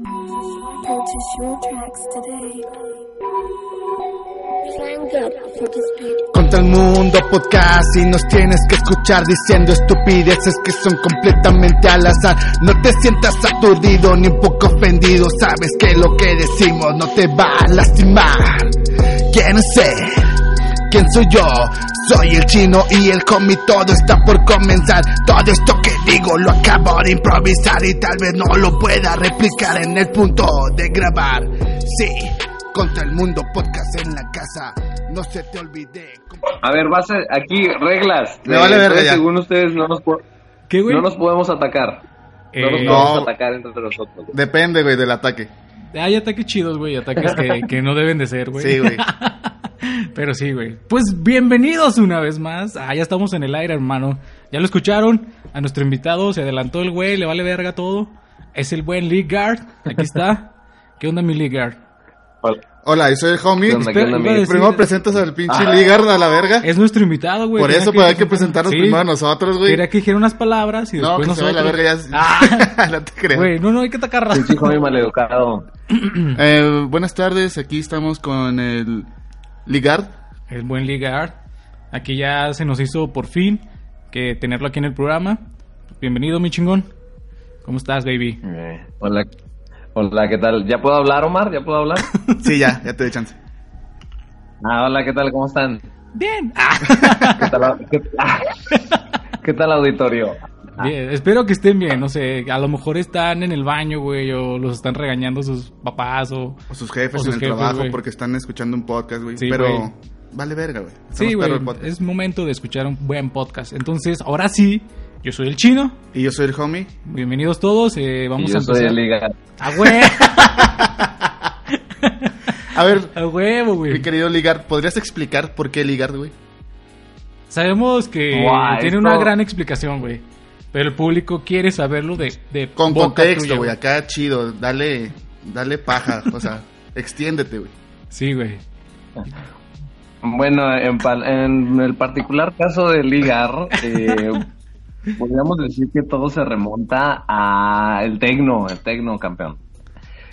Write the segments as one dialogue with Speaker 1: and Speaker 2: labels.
Speaker 1: Purchase your tracks today. Sign up for this big
Speaker 2: Contra el mundo podcast y nos tienes que escuchar diciendo estupideces que son completamente al azar. No te sientas aturdido ni un poco ofendido, sabes que lo que decimos no te va a lastimar. ¿Quién sé? ¿Quién soy yo? Soy el chino y el comi, todo está por comenzar. Todo esto que digo lo acabo de improvisar y tal vez no lo pueda replicar en el punto de grabar. Sí, contra el mundo podcast en la casa. No se te olvide.
Speaker 3: A ver, vas a- aquí reglas.
Speaker 4: Me
Speaker 3: Eh,
Speaker 4: vale verga
Speaker 3: entonces,
Speaker 4: ya.
Speaker 3: Según ustedes no nos, po-
Speaker 5: ¿Qué, güey?
Speaker 3: no nos podemos atacar. No nos
Speaker 5: Eh,
Speaker 3: podemos
Speaker 4: no.
Speaker 3: atacar entre nosotros.
Speaker 4: Depende, güey, del ataque.
Speaker 5: Hay ataques chidos, güey, ataques que, que no deben de ser, güey.
Speaker 4: Sí, güey.
Speaker 5: Pero sí, güey. Pues bienvenidos una vez más. Ah, ya estamos en el aire, hermano. Ya lo escucharon. A nuestro invitado se adelantó el güey, le vale verga todo. Es el buen Ligard. Aquí está. ¿Qué onda, mi Ligard?
Speaker 4: Hola, yo soy el homie.
Speaker 3: ¿Qué onda, qué
Speaker 5: espera,
Speaker 3: onda,
Speaker 5: iba a
Speaker 3: amigo?
Speaker 5: decir-
Speaker 4: Primero presentas al pinche
Speaker 3: Ah.
Speaker 4: Ligard a la verga.
Speaker 5: Es nuestro invitado, güey.
Speaker 4: Por
Speaker 5: Tenía
Speaker 4: eso, pues hay que
Speaker 5: presentar-
Speaker 4: presentarnos
Speaker 5: Sí.
Speaker 4: primero a nosotros, güey.
Speaker 5: Quería que dijera unas palabras y
Speaker 4: No,
Speaker 5: después
Speaker 4: que se vaya a la
Speaker 5: nosotros.
Speaker 4: verga ya.
Speaker 5: Ah,
Speaker 4: no te creas.
Speaker 5: güey, no, no, hay que atacar raza.
Speaker 3: Pinche homie maleducado.
Speaker 4: Eh, buenas tardes, aquí estamos con el Ligard.
Speaker 5: El buen Ligard. Aquí ya se nos hizo por fin que tenerlo aquí en el programa. Bienvenido, mi chingón. ¿Cómo estás, baby?
Speaker 3: Eh, hola. Hola, ¿qué tal? ¿Ya puedo hablar, Omar? ¿Ya puedo hablar?
Speaker 4: Sí, ya, ya te doy chance.
Speaker 3: Ah, hola, ¿qué tal? ¿Cómo están?
Speaker 5: Bien.
Speaker 3: ¿Qué tal, qué, ah, ¿Qué tal auditorio?
Speaker 5: Bien, Espero que estén bien. No sé, a lo mejor están en el baño, güey, o los están regañando sus papás o.
Speaker 4: O sus jefes
Speaker 5: O sus
Speaker 4: en el
Speaker 5: jefes,
Speaker 4: trabajo
Speaker 5: güey.
Speaker 4: porque están escuchando un podcast, güey.
Speaker 5: Sí,
Speaker 4: Pero
Speaker 5: güey.
Speaker 4: vale verga, güey. Estamos
Speaker 5: Sí, güey,
Speaker 4: perro de podcast.
Speaker 5: es momento de escuchar un buen podcast. Entonces, ahora sí, yo soy el chino.
Speaker 4: Y yo soy el homie.
Speaker 5: Bienvenidos todos. eh, vamos
Speaker 3: Y yo
Speaker 5: a empezar.
Speaker 3: soy el Liga.
Speaker 5: ¡A hue-
Speaker 4: A ver,
Speaker 5: a huevo, güey!
Speaker 4: mi querido Ligard, ¿podrías explicar por qué Ligard, güey?
Speaker 5: Sabemos que
Speaker 3: Guau,
Speaker 5: tiene
Speaker 3: esto-
Speaker 5: una gran explicación, güey. Pero el público quiere saberlo de. de
Speaker 4: Con
Speaker 5: boca
Speaker 4: contexto,
Speaker 5: tuya,
Speaker 4: güey. Acá chido. Dale, dale paja. o sea, extiéndete, güey.
Speaker 5: Sí, güey.
Speaker 3: Bueno, en, pal- en el particular caso de Ligar, eh, podríamos decir que todo se remonta a el Tecno, el Tecno campeón.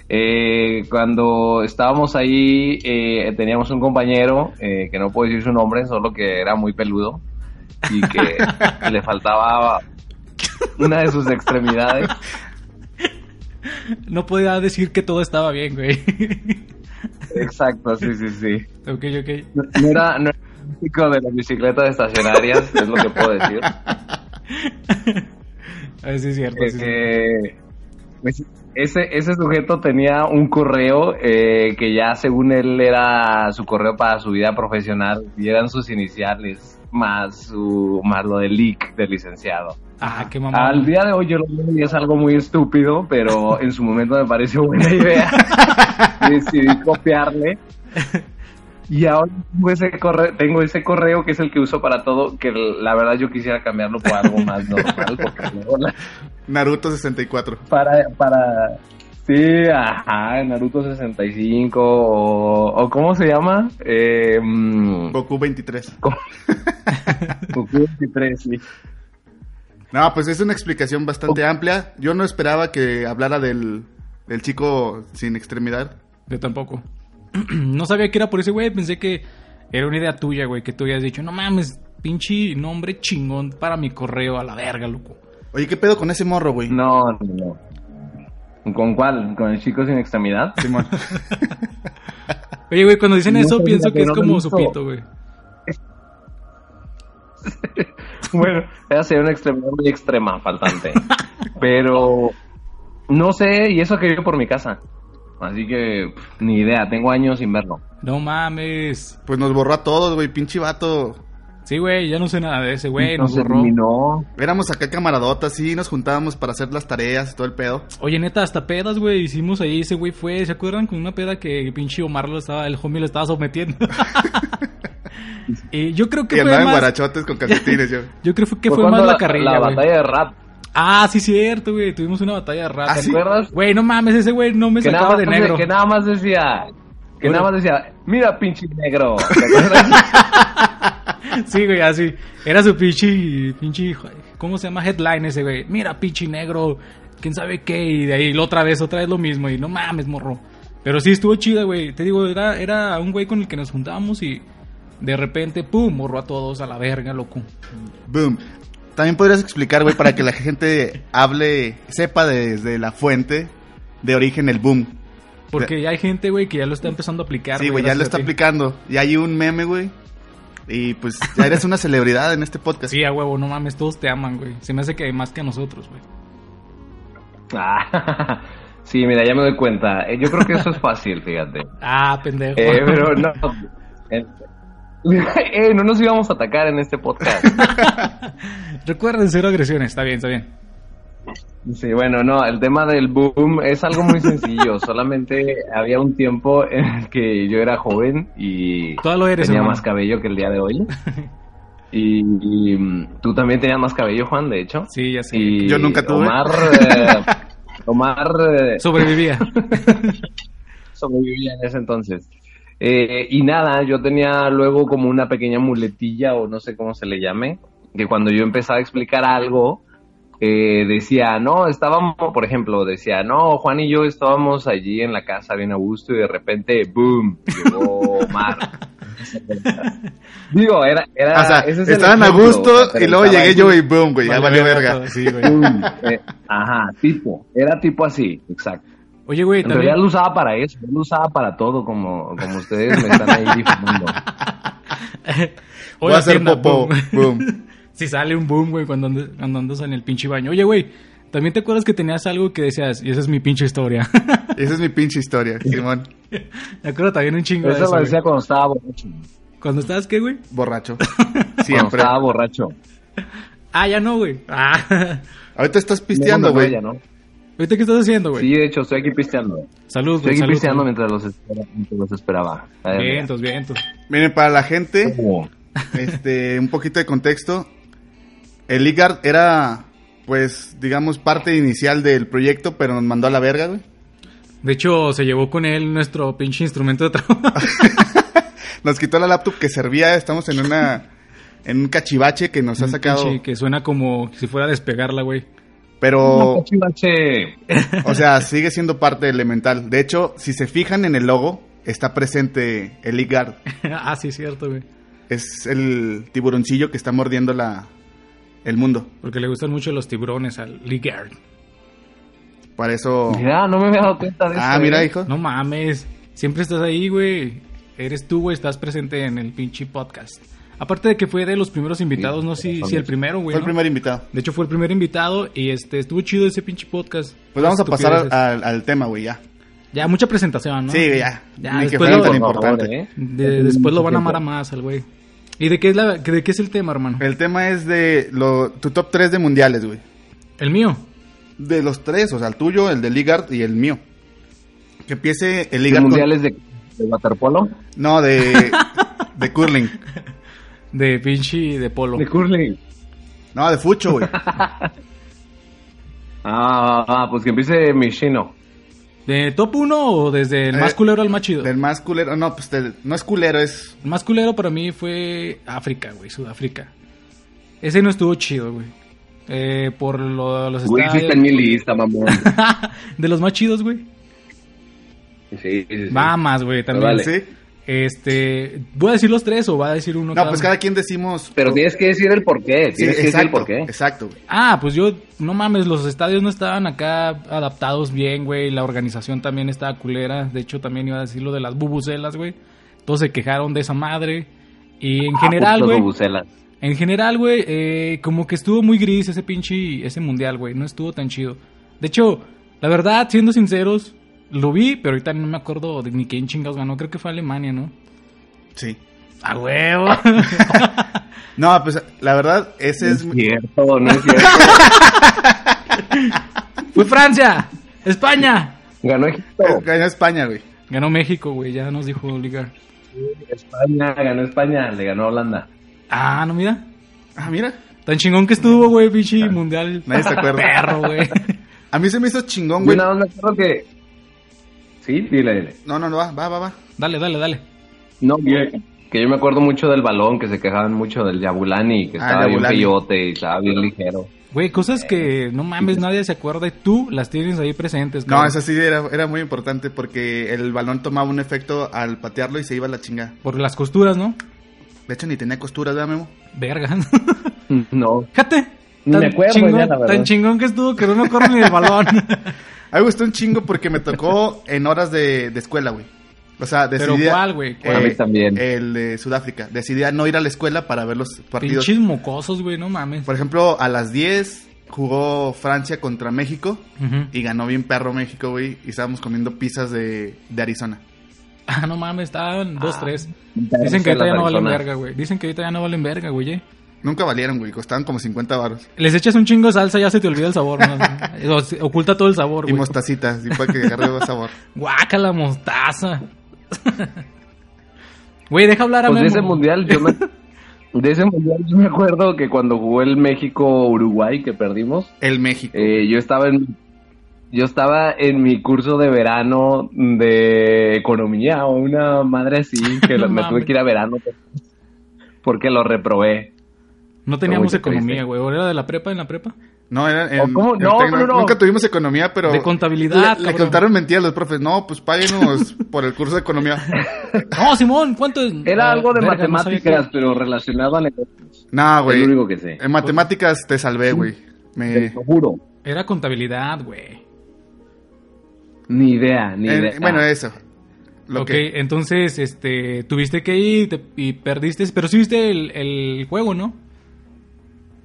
Speaker 3: Eh, cuando estábamos ahí, eh, teníamos un compañero, eh, que no puedo decir su nombre, solo que era muy peludo y que le faltaba una de sus extremidades.
Speaker 5: No podía decir que todo estaba bien, güey.
Speaker 3: Exacto, sí, sí, sí.
Speaker 5: ok, ok.
Speaker 3: No no era, no era el típico de las bicicletas estacionarias, es lo que puedo decir.
Speaker 5: A ver si es cierto. Ah, sí, sí.
Speaker 3: Eh, pues, ese, ese sujeto tenía un correo eh, que ya según él era su correo para su vida profesional y eran sus iniciales más su más lo de leak del licenciado.
Speaker 5: Ah, qué mamá.
Speaker 3: Al día de hoy yo lo veo y es algo muy estúpido, pero en su momento me pareció buena idea. Decidí copiarle. Y ahora tengo ese, correo, tengo ese correo que es el que uso para todo, que la verdad yo quisiera cambiarlo por algo más normal, porque luego la-
Speaker 4: Naruto 64.
Speaker 3: para, para, sí, ajá, Naruto 65 o, o ¿cómo se llama? Eh, mm,
Speaker 4: Goku 23.
Speaker 3: Goku 23, sí.
Speaker 4: No, pues es una explicación bastante amplia. Yo no esperaba que hablara del, del chico sin extremidad.
Speaker 5: Yo tampoco. no sabía que era por ese güey. Pensé que era una idea tuya, güey. Que tú habías dicho, no mames, pinche nombre chingón para mi correo a la verga, loco.
Speaker 4: Oye, ¿qué pedo con ese morro, güey?
Speaker 3: No, no, no. ¿Con cuál? ¿Con el chico sin extremidad?
Speaker 4: Simón.
Speaker 5: Oye, güey, cuando dicen
Speaker 3: No
Speaker 5: eso,
Speaker 3: sabía
Speaker 5: pienso
Speaker 3: que
Speaker 5: que es
Speaker 3: no lo
Speaker 5: como
Speaker 3: hizo.
Speaker 5: su pito, güey.
Speaker 3: Bueno, esa sería una extremidad muy extrema faltante. Pero no sé, y eso que vivo por mi casa. Así que pff, ni idea, tengo años sin verlo.
Speaker 5: No mames.
Speaker 4: Pues nos borró a todos, güey. Pinche vato.
Speaker 5: Sí, güey, ya no sé nada de ese güey, nos
Speaker 3: Nos
Speaker 5: borró.
Speaker 3: eliminó.
Speaker 4: Éramos acá camaradotas, sí, nos juntábamos para hacer las tareas y todo el pedo.
Speaker 5: Oye, neta, hasta pedas, güey, hicimos ahí, ese güey fue, ¿se acuerdan? Con una peda que pinche Omar lo estaba, el homie lo estaba sometiendo. y yo creo que
Speaker 4: Y
Speaker 5: fue
Speaker 4: andaba en
Speaker 5: más,
Speaker 4: guarachotes con calcetines yo.
Speaker 5: yo creo que
Speaker 3: Fue
Speaker 5: fue
Speaker 3: cuando
Speaker 5: más la
Speaker 3: la-
Speaker 5: carrilla,
Speaker 3: La
Speaker 5: güey.
Speaker 3: batalla de rap.
Speaker 5: Ah, sí, cierto, güey, tuvimos una batalla de rata.
Speaker 4: Ah,
Speaker 3: ¿Te
Speaker 4: sí.
Speaker 3: acuerdas?
Speaker 5: Güey, no mames, ese güey no me
Speaker 3: Que nada,
Speaker 5: sacaba
Speaker 3: más,
Speaker 5: de negro.
Speaker 3: que nada más decía. Que
Speaker 5: Bueno.
Speaker 3: nada más decía, mira pinche negro. ¿Te acuerdas?
Speaker 5: Sí, güey, así. Era su pinche, pinche, ¿cómo se llama? Headline ese, güey. Mira, pinche negro, quién sabe qué. Y de ahí la otra vez, otra vez lo mismo. Y no mames, morro. Pero sí estuvo chida, güey. Te digo, era, era un güey con el que nos juntábamos y de repente, pum, morro a todos a la verga, loco.
Speaker 4: Boom. También podrías explicar, güey, para que la gente hable, sepa desde la fuente de origen el boom.
Speaker 5: Porque ya hay gente, güey, que ya lo está empezando a aplicar.
Speaker 4: Sí, güey, ya lo
Speaker 5: gracias
Speaker 4: está
Speaker 5: a ti.
Speaker 4: aplicando. Y hay un meme, güey. Y pues ya eres una celebridad en este podcast.
Speaker 5: Sí, a huevo, no mames, todos te aman, güey. Se me hace que más que a nosotros, güey.
Speaker 3: Ah, sí, mira, ya me doy cuenta. Eh, Yo creo que eso es fácil, fíjate.
Speaker 5: Ah, pendejo.
Speaker 3: Eh, pero no. Eh, eh, no nos íbamos a atacar en este podcast.
Speaker 5: Recuerden cero agresiones, está bien, está bien.
Speaker 3: Sí, bueno, no, el tema del boom es algo muy sencillo. Solamente había un tiempo en el que yo era joven y
Speaker 5: Todavía lo eres,
Speaker 3: tenía
Speaker 5: hermano.
Speaker 3: más cabello que el día de hoy. Y, y, mm, tú también tenías más cabello, Juan, de hecho.
Speaker 5: Sí, ya sé.
Speaker 3: Y
Speaker 4: Yo nunca tuve.
Speaker 3: Omar, eh, Omar eh,
Speaker 5: Sobrevivía.
Speaker 3: sobrevivía en ese entonces. Eh, y nada, yo tenía luego como una pequeña muletilla o no sé cómo se le llame, que cuando yo empezaba a explicar algo, eh, decía, no, estábamos, por ejemplo, decía, no, Juan y yo estábamos allí en la casa bien a gusto y de repente, boom, llegó Omar. Digo, era... era
Speaker 4: o sea,
Speaker 3: ese es el
Speaker 4: estaban a
Speaker 3: ejemplo,
Speaker 4: gusto
Speaker 3: o sea, pero
Speaker 4: y luego
Speaker 3: estaba
Speaker 4: llegué
Speaker 3: ahí.
Speaker 4: yo y boom, güey, ya
Speaker 5: Vale,
Speaker 4: valió verga.
Speaker 5: Sí, güey.
Speaker 3: Boom, eh, ajá, tipo, era tipo así, exacto.
Speaker 5: Oye, güey,
Speaker 3: En realidad
Speaker 5: también.
Speaker 3: lo usaba para eso, yo lo usaba para todo, como, como ustedes me están ahí difundiendo.
Speaker 4: Voy
Speaker 5: Oye,
Speaker 4: a hacer
Speaker 5: Hacienda,
Speaker 4: popó.
Speaker 5: boom.
Speaker 4: Boom.
Speaker 5: Si sale un boom, güey, cuando, andas- cuando andas en el pinche baño. Oye, güey, también te acuerdas que tenías algo que decías, y esa es mi pinche historia.
Speaker 4: Y esa es mi pinche historia, Simón.
Speaker 5: Me acuerdo también un chingo de
Speaker 3: Eso
Speaker 5: eso.
Speaker 3: lo
Speaker 5: güey.
Speaker 3: decía cuando estaba borracho.
Speaker 5: Cuando estabas, ¿qué, güey?
Speaker 4: Borracho.
Speaker 3: Cuando
Speaker 4: Siempre.
Speaker 3: estaba borracho.
Speaker 5: Ah, ya no, güey. Ah.
Speaker 4: Ahorita estás pisteando,
Speaker 3: No, no,
Speaker 4: güey.
Speaker 3: ya no.
Speaker 5: ¿Ahorita qué estás haciendo, güey?
Speaker 3: Sí, de hecho, estoy aquí pisteando.
Speaker 5: Salud,
Speaker 3: Estoy
Speaker 5: güey.
Speaker 3: aquí
Speaker 5: Salud.
Speaker 3: pisteando mientras los, espera- mientras los esperaba. A ver,
Speaker 5: Vientos, vientos.
Speaker 4: Miren, para la gente,
Speaker 3: mira.
Speaker 4: este, un poquito de contexto. El Igard era, pues, digamos, parte inicial del proyecto, pero nos mandó a la verga, güey.
Speaker 5: De hecho, se llevó con él nuestro pinche instrumento de trabajo.
Speaker 4: Nos quitó la laptop que servía, estamos en una en un cachivache que nos ha
Speaker 5: Un
Speaker 4: sacado.
Speaker 5: pinche que suena como si fuera a despegarla, güey.
Speaker 4: Pero,
Speaker 3: Ah, Chivache.
Speaker 4: o sea, sigue siendo parte elemental. De hecho, si se fijan en el logo, está presente el Igard.
Speaker 5: ah, sí, cierto, güey.
Speaker 4: Es el tiburoncillo que está mordiendo la, el mundo.
Speaker 5: Porque le gustan mucho los tiburones al Ligard.
Speaker 4: Para eso.
Speaker 3: Mira, no me había dado cuenta de
Speaker 4: Ah,
Speaker 3: esto,
Speaker 4: mira,
Speaker 3: eh.
Speaker 4: hijo.
Speaker 5: No mames, siempre estás ahí, güey. Eres tú, güey, estás presente en el pinche podcast. Aparte de que fue de los primeros invitados, no sé si, si el primero,
Speaker 4: Fue
Speaker 5: güey.
Speaker 4: el
Speaker 5: ¿no? Pues
Speaker 4: primer invitado.
Speaker 5: De hecho, fue el primer invitado y este estuvo chido ese pinche podcast.
Speaker 4: Pues vamos a pasar
Speaker 5: Estupideces.
Speaker 4: al, al tema, güey, ya.
Speaker 5: Ya, mucha presentación, ¿no?
Speaker 4: Sí, ya.
Speaker 5: Ya,
Speaker 4: Ni que
Speaker 5: después
Speaker 4: fuera
Speaker 5: lo-
Speaker 4: tan
Speaker 3: Por
Speaker 4: importante.
Speaker 3: favor, eh.
Speaker 5: De- después lo van a amar a más al güey. ¿Y de qué, es la, que- de qué es el tema, hermano?
Speaker 4: El tema es de lo, tu top 3 de mundiales, güey.
Speaker 5: ¿El mío?
Speaker 4: De los tres, o sea, el tuyo, el de Ligard y el mío. Que empiece el Ligard.
Speaker 3: Los
Speaker 4: con-
Speaker 3: mundiales de, de waterpolo.
Speaker 4: No, de, de curling.
Speaker 5: De pinche de polo.
Speaker 3: De curling.
Speaker 4: No, de fucho, güey.
Speaker 3: Ah, ah, pues que empiece mi chino.
Speaker 5: ¿De top 1 o desde el
Speaker 4: Eh,
Speaker 5: más culero al más chido?
Speaker 4: Del más culero. No, pues del- no es culero, es.
Speaker 5: El más culero para mí fue África, güey, Sudáfrica. Ese no estuvo chido, güey. Eh, por lo- los
Speaker 3: Güey, sí está en mi lista, mamón.
Speaker 5: de los más chidos, güey.
Speaker 3: Sí, sí, sí.
Speaker 5: Mamas, güey, también.
Speaker 3: Vale.
Speaker 4: ¿Sí?
Speaker 5: Este, ¿voy a decir los tres o va a decir uno
Speaker 4: No, pues
Speaker 5: uno?
Speaker 4: cada quien decimos.
Speaker 3: Pero tienes que decir el porqué. Tienes
Speaker 4: Sí,
Speaker 3: que decir el
Speaker 4: exacto.
Speaker 3: porqué.
Speaker 4: Exacto, güey.
Speaker 5: Ah, pues yo, no mames, los estadios no estaban acá adaptados bien, güey. La organización también estaba culera. De hecho, también iba a decir lo de las bubucelas, güey. Todos se quejaron de esa madre. Y en
Speaker 3: Ah, pues,
Speaker 5: general,
Speaker 3: los
Speaker 5: güey.
Speaker 3: bubucelas.
Speaker 5: En general, güey, eh, como que estuvo muy gris ese pinche, ese mundial, güey. No estuvo tan chido. De hecho, la verdad, siendo sinceros, lo vi, pero ahorita no me acuerdo de ni quién chingados ganó. Creo que fue Alemania, ¿no?
Speaker 4: Sí.
Speaker 5: A huevo.
Speaker 4: No, pues la verdad, ese es.
Speaker 3: es cierto, no es cierto.
Speaker 5: Fue Francia, España.
Speaker 3: Ganó Egipto.
Speaker 4: Ganó España, güey.
Speaker 5: Ganó México, güey, ya nos dijo Ligar.
Speaker 3: España, ganó España, le ganó a Holanda.
Speaker 5: Ah, no, mira.
Speaker 4: Ah, mira.
Speaker 5: Tan chingón que estuvo, güey, pinche mundial.
Speaker 4: Nadie se acuerda.
Speaker 5: Perro, güey.
Speaker 4: A mí se me hizo chingón,
Speaker 3: Yo
Speaker 4: güey.
Speaker 3: nada más me acuerdo que. Sí, dile, dile.
Speaker 4: No, no, no, va, va, va, va.
Speaker 5: Dale, dale, dale.
Speaker 3: No, que, que yo me acuerdo mucho del balón, que se quejaban mucho del Yabulani, que
Speaker 4: Ah,
Speaker 3: estaba bien
Speaker 4: Yabulani.
Speaker 3: peyote y estaba bien ligero.
Speaker 5: Güey, cosas que no mames, nadie se acuerda y tú las tienes ahí presentes,
Speaker 4: No,
Speaker 5: cabrón.
Speaker 4: esa sí era, era muy importante porque el balón tomaba un efecto al patearlo y se iba a la chinga.
Speaker 5: Por las costuras, ¿no?
Speaker 4: De hecho, ni tenía costuras, ¿verdad, Memo?
Speaker 5: Verga.
Speaker 3: No. pues,
Speaker 5: Fíjate.
Speaker 3: Ni me acuerdo,
Speaker 5: chingón,
Speaker 3: ya, la verdad.
Speaker 5: tan chingón que estuvo que no me acuerdo ni del balón.
Speaker 4: A mí me gustó un chingo porque me tocó en horas de, de escuela, güey. O sea,
Speaker 5: Pero
Speaker 4: decidí.
Speaker 5: ¿cuál, güey? ¿Cuál?
Speaker 3: A mí también.
Speaker 4: El de Sudáfrica. Decidí a no ir a la escuela para ver los partidos.
Speaker 5: Pinches mocosos, güey, no mames.
Speaker 4: Por ejemplo, a las 10 jugó Francia contra México
Speaker 5: Ujú.
Speaker 4: y ganó bien perro México, güey. Y estábamos comiendo pizzas de, de Arizona.
Speaker 5: Ah, no mames, estaban
Speaker 3: Ah,
Speaker 5: dos, tres.
Speaker 3: Nunca
Speaker 5: Dicen que
Speaker 3: hice
Speaker 5: ahorita
Speaker 3: la
Speaker 5: ya no valen
Speaker 3: persona.
Speaker 5: verga, güey. Dicen que ahorita ya no valen verga, güey. eh.
Speaker 4: Nunca valieron, güey. Costaban como 50 baros.
Speaker 5: Les echas un chingo de salsa, ya se te olvida el sabor. ¿no? O se- Oculta todo el sabor,
Speaker 4: Y
Speaker 5: güey.
Speaker 4: mostacitas, y para que agarre sabor.
Speaker 5: Guácala, mostaza. Güey, deja hablar a
Speaker 3: Pues de
Speaker 5: Memo.
Speaker 3: ese mundial yo me de ese mundial yo me acuerdo que cuando jugó el México Uruguay que perdimos,
Speaker 4: El México.
Speaker 3: eh, yo estaba en yo estaba en mi curso de verano de economía o una madre así que
Speaker 5: No
Speaker 3: lo- me
Speaker 5: mames.
Speaker 3: tuve que ir a verano porque lo reprobé.
Speaker 5: No teníamos
Speaker 3: Oye, qué
Speaker 5: economía,
Speaker 3: triste.
Speaker 5: güey. ¿O era de la prepa en la prepa?
Speaker 4: No, era en-
Speaker 3: Oh, ¿cómo?
Speaker 4: en
Speaker 3: No,
Speaker 4: tecno-
Speaker 3: no, no.
Speaker 4: Nunca tuvimos economía, pero...
Speaker 5: De contabilidad,
Speaker 4: Le, le
Speaker 5: cabrón.
Speaker 4: contaron mentiras los profes. No, pues páguenos por el curso de economía.
Speaker 5: No, Simón, ¿cuánto es?
Speaker 3: Era
Speaker 5: Ah,
Speaker 3: algo de
Speaker 5: verga, no sabía
Speaker 3: matemáticas, pero relacionado a negocios.
Speaker 4: No, güey. eh,
Speaker 3: Es lo único que sé.
Speaker 4: En matemáticas te salvé, güey. Me...
Speaker 3: Te lo juro.
Speaker 5: que- Era contabilidad, güey.
Speaker 3: Ni idea, ni
Speaker 4: en-
Speaker 3: idea.
Speaker 4: eh, bueno, eso. Lo
Speaker 5: ok, entonces, este, tuviste que ir te- y perdiste, pero sí viste el, el juego, ¿no?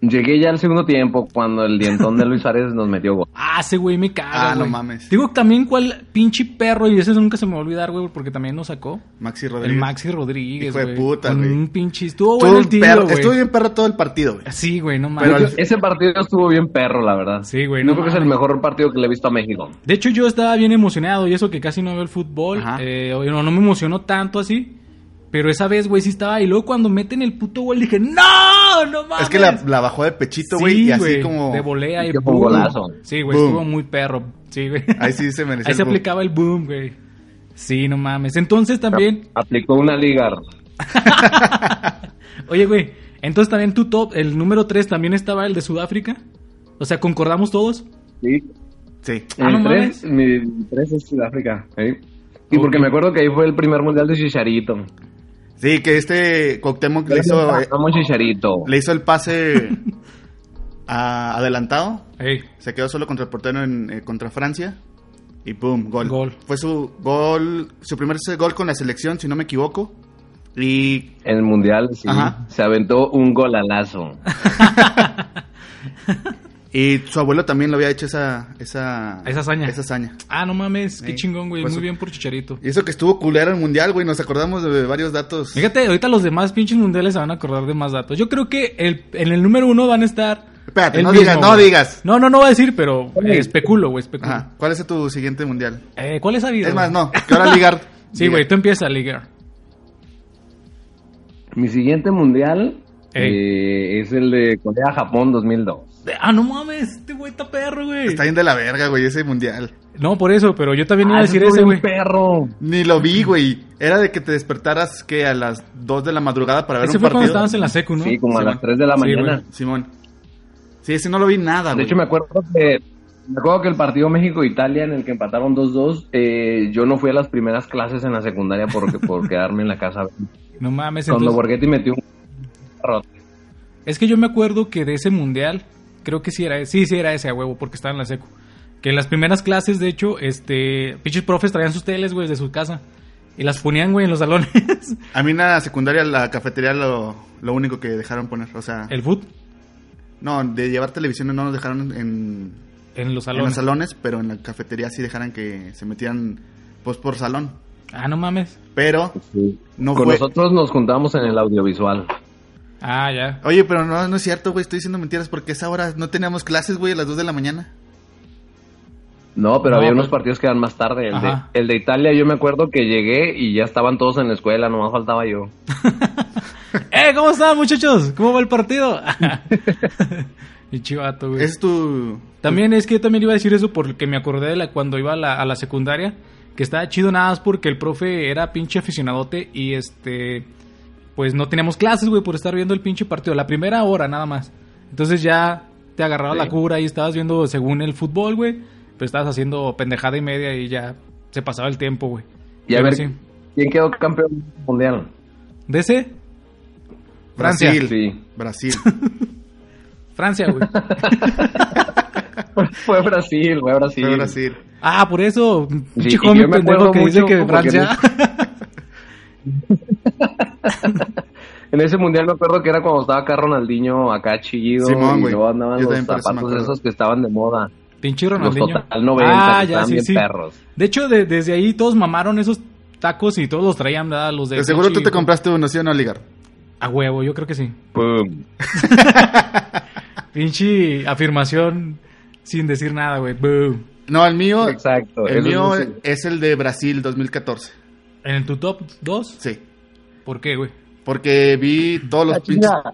Speaker 3: Llegué ya al segundo tiempo cuando el dientón de Luis Suárez nos metió gol.
Speaker 5: Ah, ese güey me caga,
Speaker 4: Ah, no
Speaker 5: güey.
Speaker 4: mames.
Speaker 5: Digo también cuál pinche perro, y ese nunca se me va a olvidar, güey, porque también nos sacó.
Speaker 4: que... Maxi
Speaker 5: El
Speaker 4: Rodríguez.
Speaker 5: Maxi Rodríguez,
Speaker 4: Hijo de
Speaker 5: güey,
Speaker 4: puta,
Speaker 5: con
Speaker 4: güey.
Speaker 5: un pinche... Estuvo
Speaker 4: Estuvo
Speaker 5: bueno el
Speaker 4: bien
Speaker 5: tiro,
Speaker 4: perro-
Speaker 5: güey.
Speaker 4: estuvo bien perro todo el partido, güey.
Speaker 5: Sí, güey, no mames.
Speaker 4: Pero al-
Speaker 3: Ese partido estuvo bien perro, la verdad.
Speaker 5: Sí, güey,
Speaker 3: Yo
Speaker 5: no
Speaker 3: creo que es el
Speaker 5: mames.
Speaker 3: mejor partido que le he visto a México.
Speaker 5: De hecho, yo estaba bien emocionado y eso que casi no veo el fútbol.
Speaker 4: Ajá.
Speaker 5: eh, o- no, no me emocionó tanto así. Pero esa vez, güey, sí estaba. Y luego cuando meten el puto gol dije, ¡No! ¡No mames!
Speaker 4: Es que la, la bajó de pechito, güey,
Speaker 5: Sí,
Speaker 4: y así
Speaker 5: güey,
Speaker 4: como...
Speaker 5: De volea y
Speaker 3: Que fue un
Speaker 5: boom.
Speaker 3: golazo.
Speaker 5: Sí, güey,
Speaker 4: Boom.
Speaker 5: estuvo muy perro. Sí, güey.
Speaker 4: Ahí sí se merecía
Speaker 5: Ahí
Speaker 4: el
Speaker 5: se
Speaker 4: boom.
Speaker 5: aplicaba el boom, güey. Sí, no mames. Entonces también.
Speaker 3: Aplicó una liga.
Speaker 5: Oye, güey. Entonces también tu top, el número 3 también estaba el de Sudáfrica. O sea, ¿concordamos todos?
Speaker 3: Sí.
Speaker 4: Sí.
Speaker 5: Ah,
Speaker 3: El
Speaker 5: no
Speaker 3: tres, mi tres es Sudáfrica. ¿eh? Y
Speaker 5: Ok.
Speaker 3: porque me acuerdo que ahí fue el primer mundial de Chicharito.
Speaker 4: Sí, que este Cuauhtémoc le hizo,
Speaker 5: eh,
Speaker 3: Vamos Chicharito.
Speaker 4: le hizo el pase a- adelantado.
Speaker 5: Ey,
Speaker 4: Se quedó solo contra el portero en, eh, contra Francia. Y boom, gol.
Speaker 5: Gol.
Speaker 4: Fue su gol, su primer se- gol con la selección, si no me equivoco. Y
Speaker 3: En el mundial, sí.
Speaker 4: Ajá.
Speaker 3: Se aventó un golalazo.
Speaker 4: Y su abuelo también lo había hecho esa... Esa,
Speaker 5: Esa hazaña.
Speaker 4: Esa hazaña.
Speaker 5: Ah, no mames. Qué
Speaker 4: Sí,
Speaker 5: chingón, güey.
Speaker 4: pues-
Speaker 5: Muy bien por Chicharito.
Speaker 4: Y eso que estuvo culero el mundial, güey. Nos acordamos de varios datos.
Speaker 5: Fíjate, ahorita los demás pinches mundiales se van a acordar de más datos. Yo creo que el, en el número uno van a estar.
Speaker 4: Espérate,
Speaker 5: el
Speaker 4: no
Speaker 5: mismo,
Speaker 4: digas, no
Speaker 5: güey.
Speaker 4: digas.
Speaker 5: No, no, no voy a decir, pero eh, especulo, güey, especulo.
Speaker 4: Ajá. ¿Cuál es tu siguiente mundial?
Speaker 5: Eh, ¿Cuál es la vida?
Speaker 4: Es
Speaker 5: güey?
Speaker 4: más, no. Que ahora Ligard.
Speaker 5: Sí, güey, tú empiezas a ligar.
Speaker 3: Mi siguiente mundial
Speaker 5: Ey.
Speaker 3: eh, es el de Corea-Japón 2002.
Speaker 5: Ah, no mames, este güey está perro, güey.
Speaker 4: Está bien de la verga, güey, ese mundial.
Speaker 5: No, por eso, pero yo también iba
Speaker 3: Ah,
Speaker 5: a decir
Speaker 3: estuvo
Speaker 5: ese, güey.
Speaker 3: bien perro.
Speaker 4: Ni lo vi, güey. Era de que te despertaras, que A las 2 de la madrugada para ver
Speaker 5: Ese
Speaker 4: un
Speaker 5: fue
Speaker 4: partido.
Speaker 5: cuando estábamos en la secu, ¿no?
Speaker 3: Sí, como
Speaker 4: Sí,
Speaker 3: a
Speaker 4: man.
Speaker 3: las 3 de la
Speaker 5: Sí,
Speaker 3: mañana.
Speaker 5: güey.
Speaker 4: Simón. Sí, ese no lo vi
Speaker 5: Ah,
Speaker 4: nada,
Speaker 3: De
Speaker 4: güey.
Speaker 3: hecho, me acuerdo que me acuerdo que el partido México-Italia en el que empataron 2-2, eh, yo no fui a las primeras clases en la secundaria porque, por quedarme en la casa.
Speaker 5: No mames,
Speaker 3: Cuando
Speaker 5: entonces-
Speaker 3: Borghetti metió un garrote.
Speaker 5: Es que yo me acuerdo que de ese mundial, creo que sí era, sí, sí era ese a huevo, porque estaba en la secu. Que en las primeras clases, de hecho, este, pinches profes traían sus teles, güey, de su casa. Y las ponían, güey, en los salones.
Speaker 4: A mí en la secundaria, la cafetería, lo, lo único que dejaron poner. O sea,
Speaker 5: El foot
Speaker 4: no, de llevar televisiones no nos dejaron en,
Speaker 5: en los
Speaker 4: en los
Speaker 5: salones.
Speaker 4: salones, pero en la cafetería sí dejaran que se metieran pues por salón.
Speaker 5: Ah, no mames.
Speaker 4: Pero
Speaker 3: Sí.
Speaker 4: no
Speaker 3: Con
Speaker 4: fue.
Speaker 3: nosotros nos juntamos en el audiovisual.
Speaker 5: Ah, ya.
Speaker 4: Oye, pero no, no es cierto, güey. Estoy diciendo mentiras porque a esa hora no teníamos clases, güey, a las 2 de la mañana.
Speaker 3: No, pero
Speaker 5: No,
Speaker 3: había
Speaker 5: pues-
Speaker 3: unos partidos que eran más tarde. El de,
Speaker 5: Ajá.
Speaker 3: el de Italia, yo me acuerdo que llegué y ya estaban todos en la escuela, nomás faltaba yo.
Speaker 5: ¡Eh! ¿Cómo están, muchachos? ¿Cómo va el partido? y chivato, güey.
Speaker 4: Es tu.
Speaker 5: También es que yo también iba a decir eso porque me acordé de la, cuando iba a la, a la secundaria, que estaba chido nada más porque el profe era pinche aficionadote y este, pues no teníamos clases, güey, por estar viendo el pinche partido, la primera hora nada más. Entonces ya te agarraba
Speaker 3: Sí.
Speaker 5: la cura y estabas viendo según el fútbol, güey, pero estabas haciendo pendejada y media y ya se pasaba el tiempo, güey.
Speaker 3: Y a
Speaker 5: Pero
Speaker 3: ver,
Speaker 5: sí.
Speaker 3: ¿quién quedó campeón mundial?
Speaker 5: ¿De ese? Francia.
Speaker 4: Brasil.
Speaker 3: Sí.
Speaker 4: Brasil.
Speaker 5: Francia, güey.
Speaker 3: Fue Brasil, fue Brasil.
Speaker 4: Fue Brasil.
Speaker 5: ah, por eso,
Speaker 3: Sí,
Speaker 5: pinche
Speaker 3: y
Speaker 5: homie
Speaker 3: yo me
Speaker 5: pendejo
Speaker 3: acuerdo
Speaker 5: que dice
Speaker 3: mucho
Speaker 5: que
Speaker 3: como
Speaker 5: Francia.
Speaker 3: En ese mundial me acuerdo que era cuando estaba acá Ronaldinho, acá chillido,
Speaker 4: Simón,
Speaker 3: y
Speaker 4: güey.
Speaker 3: luego andaban
Speaker 4: Yo
Speaker 3: los
Speaker 4: también por eso me
Speaker 3: zapatos
Speaker 4: acuerdo. Ah,
Speaker 3: esos que estaban de moda.
Speaker 5: Pinche Ronaldinho. Ah,
Speaker 3: Los Total 90, que estaban bien perros.
Speaker 5: De hecho, de- desde ahí todos mamaron esos tacos y todos los traían, ¿verdad? Los de.
Speaker 4: De seguro tú
Speaker 5: pinche-
Speaker 4: te compraste uno, ¿sí o no, Ligar?
Speaker 5: A huevo, yo creo que sí.
Speaker 3: Pum.
Speaker 5: Pinche afirmación sin decir nada, güey. Boo.
Speaker 4: No, el mío.
Speaker 3: Exacto.
Speaker 4: El
Speaker 3: eso
Speaker 4: mío eh,
Speaker 3: es-
Speaker 4: es el de Brasil 2014.
Speaker 5: ¿En tu top 2?
Speaker 4: Sí.
Speaker 5: ¿Por qué, güey?
Speaker 4: Porque vi todos los
Speaker 3: Ah,
Speaker 4: pinches.
Speaker 3: chinga.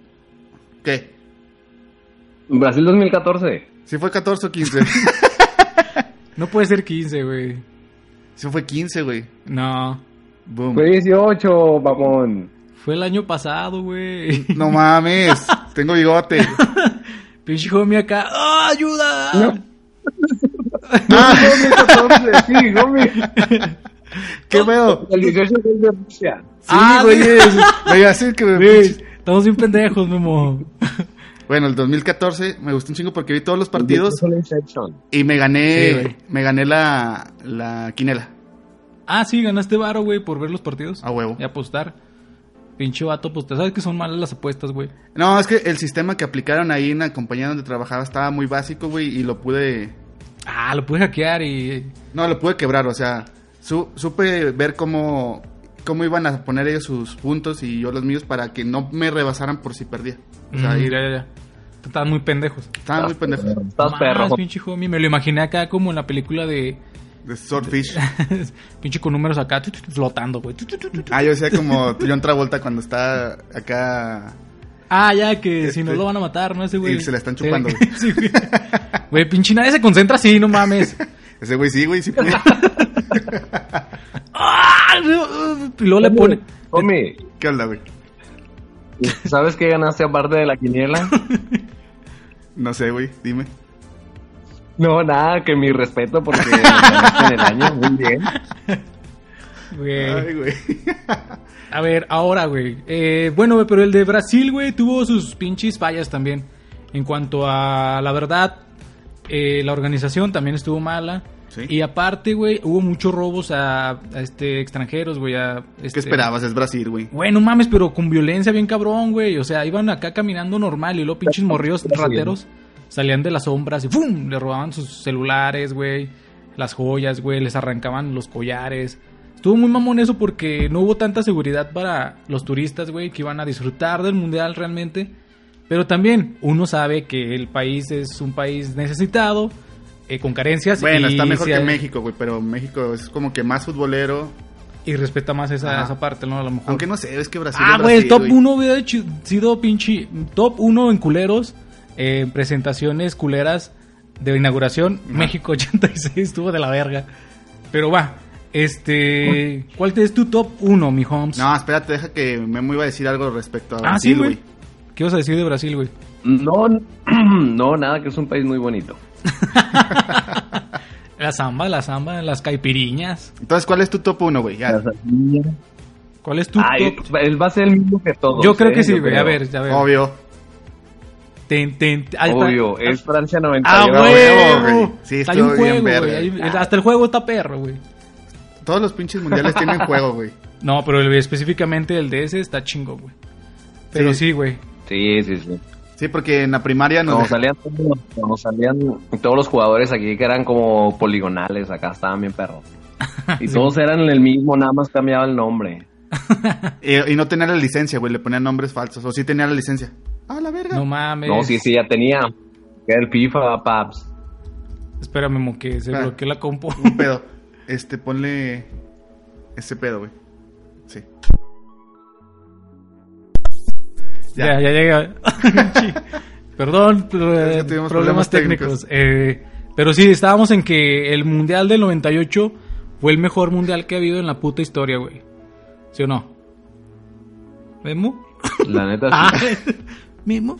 Speaker 4: ¿Qué?
Speaker 3: Brasil 2014.
Speaker 4: ¿Sí fue 14 o 15?
Speaker 5: No puede ser 15, güey.
Speaker 4: sí fue 15, güey.
Speaker 5: No.
Speaker 4: Boom.
Speaker 3: Fue 18, mamón.
Speaker 5: Fue el año pasado, güey.
Speaker 4: No mames. Tengo bigote.
Speaker 5: Pinche homie acá. ¡Ah, ayuda!
Speaker 4: Ah,
Speaker 3: 2014, sí, homie.
Speaker 4: ¿Qué pedo?
Speaker 3: El 18 fue el de Rusia.
Speaker 4: Sí,
Speaker 5: Ah,
Speaker 4: güey.
Speaker 5: sí.
Speaker 4: es- Me iba a decir que me
Speaker 5: Güey, estamos bien pendejos, Memo.
Speaker 4: Bueno, el 2014 me gustó un chingo porque vi todos los partidos
Speaker 3: Fue la Inception.
Speaker 4: y me gané,
Speaker 5: Sí, güey.
Speaker 4: me gané la, la quinela.
Speaker 5: Ah, sí, ganaste varo, güey, por ver los partidos.
Speaker 4: A huevo.
Speaker 5: Y apostar. Pinche vato, pues te sabes que son malas las apuestas, güey.
Speaker 4: No, es que el sistema que aplicaron ahí en la compañía donde trabajaba estaba muy básico, güey, y lo pude,
Speaker 5: Ah, lo pude hackear y.
Speaker 4: no, lo pude quebrar, o sea, su- supe ver cómo, cómo iban a poner ellos sus puntos y yo los míos para que no me rebasaran por si perdía. O sea,
Speaker 5: Mm,
Speaker 4: ahí
Speaker 5: ya, ya, ya. Estaban muy pendejos.
Speaker 4: estaba muy pendejo.
Speaker 3: Estás
Speaker 5: Más,
Speaker 3: perro.
Speaker 5: pinche homie. Me lo imaginé acá como en la película de.
Speaker 4: De Swordfish.
Speaker 5: pinche con números acá tu, tu, tu, flotando, güey. Tu, tu, tu, tu, tu.
Speaker 4: Ah, yo decía como John Travolta cuando está acá.
Speaker 5: Ah, ya, que
Speaker 4: Este-
Speaker 5: si no lo van a matar, ¿no? Ese güey.
Speaker 4: Y se la están chupando,
Speaker 5: Sí.
Speaker 4: güey.
Speaker 5: Sí, güey. Güey, pinche nadie se concentra así, no mames.
Speaker 4: Ese güey sí, güey, sí pude.
Speaker 5: ¡Ah! Y luego le pone.
Speaker 3: Homie,
Speaker 4: ¿Qué onda, güey?
Speaker 3: ¿sabes qué ganaste aparte de la quiniela?
Speaker 4: No sé, güey, dime.
Speaker 3: No, nada, que mi respeto porque ganaste en el año, muy bien.
Speaker 5: Güey.
Speaker 4: Ay, güey.
Speaker 5: A ver, ahora, güey. Eh, bueno, güey, pero el de Brasil, güey, tuvo sus pinches fallas también. En cuanto a la verdad, eh, la organización también estuvo mala.
Speaker 4: Sí.
Speaker 5: Y aparte, güey, hubo muchos robos a, a, este extranjeros, güey. a,
Speaker 4: ¿Qué
Speaker 5: este-
Speaker 4: esperabas? Es Brasil, güey.
Speaker 5: Güey, no mames, pero con violencia bien cabrón, güey. O sea, iban acá caminando normal y luego pinches morridos rateros salían de las sombras y ¡pum! Le robaban sus celulares, güey. Las joyas, güey. Les arrancaban los collares. Estuvo muy mamón eso porque no hubo tanta seguridad para los turistas, güey, que iban a disfrutar del mundial realmente. Pero también uno sabe que el país es un país necesitado, eh, con carencias.
Speaker 4: Bueno,
Speaker 5: y
Speaker 4: está mejor
Speaker 5: si
Speaker 4: que
Speaker 5: hay-
Speaker 4: México, güey, pero México es como que más futbolero.
Speaker 5: Y respeta más esa,
Speaker 4: Ajá.
Speaker 5: esa parte, ¿no? A lo mejor.
Speaker 4: Aunque no sé, es que Brasil.
Speaker 5: Ah,
Speaker 4: es
Speaker 5: güey, el
Speaker 4: Brasil,
Speaker 5: top 1 hubiera hecho- sido pinche. Top 1 en culeros, eh, en presentaciones culeras de inauguración. México 86 estuvo de la verga. Pero va, este. ¿Cuál te es tu top 1, mi Holmes?
Speaker 4: No, espérate, deja que Memo iba a decir algo respecto a
Speaker 5: ah, sí,
Speaker 4: Brasil,
Speaker 5: güey.
Speaker 4: güey.
Speaker 5: ¿Qué vas a decir de Brasil, güey?
Speaker 3: No, no, nada, que es un país muy bonito.
Speaker 5: La samba, la samba, las caipiriñas.
Speaker 4: Entonces, ¿cuál es tu top 1, güey? Ya.
Speaker 5: ¿Cuál es tu
Speaker 3: Ay,
Speaker 5: top?
Speaker 3: él Ah, va a ser el mismo que todos.
Speaker 5: Yo creo
Speaker 3: ¿eh?
Speaker 5: que sí, güey.
Speaker 3: creo.
Speaker 5: A ver, a ver.
Speaker 4: Obvio.
Speaker 5: Ten, ten, ten. Ahí está.
Speaker 3: Obvio, es Francia
Speaker 5: Ah,
Speaker 3: 91.
Speaker 4: huevo,
Speaker 5: güey.
Speaker 4: güey. Sí,
Speaker 5: Hay un
Speaker 4: estuvo bien
Speaker 5: juego, güey.
Speaker 4: verga.
Speaker 5: hay- Hasta el juego está perro, güey.
Speaker 4: Todos los pinches mundiales tienen juego, güey.
Speaker 5: No, pero el- específicamente el de ese está chingo, güey. Pero
Speaker 4: Sí.
Speaker 5: sí, güey.
Speaker 3: Sí, sí, sí.
Speaker 4: Sí, porque en la primaria
Speaker 3: Cuando
Speaker 4: nos.
Speaker 3: salían, todos- cuando salían todos los jugadores aquí que eran como poligonales, acá estaban bien perros. Y todos eran el mismo, nada más cambiaba el nombre.
Speaker 4: Eh, Y, y no tenía la licencia, güey, le ponían nombres falsos. O sí tenía la licencia. Ah, la verga.
Speaker 5: No mames.
Speaker 3: No, sí, sí, ya tenía. Era el FIFA, Paps.
Speaker 5: Espérame, mo, que se
Speaker 4: Espera.
Speaker 5: bloqueó la compu.
Speaker 4: Un pedo. Este, ponle ese pedo, güey. Sí.
Speaker 5: ya, ya llegué. Perdón, pro-
Speaker 4: Es que
Speaker 5: problemas,
Speaker 4: tuvimos problemas
Speaker 5: técnicos. Eh, pero sí, estábamos en que el Mundial del 98 fue el mejor Mundial que ha habido en la puta historia, güey. ¿Sí o no? ¿Memo?
Speaker 3: La neta, sí.
Speaker 5: Ah, ¿Memo?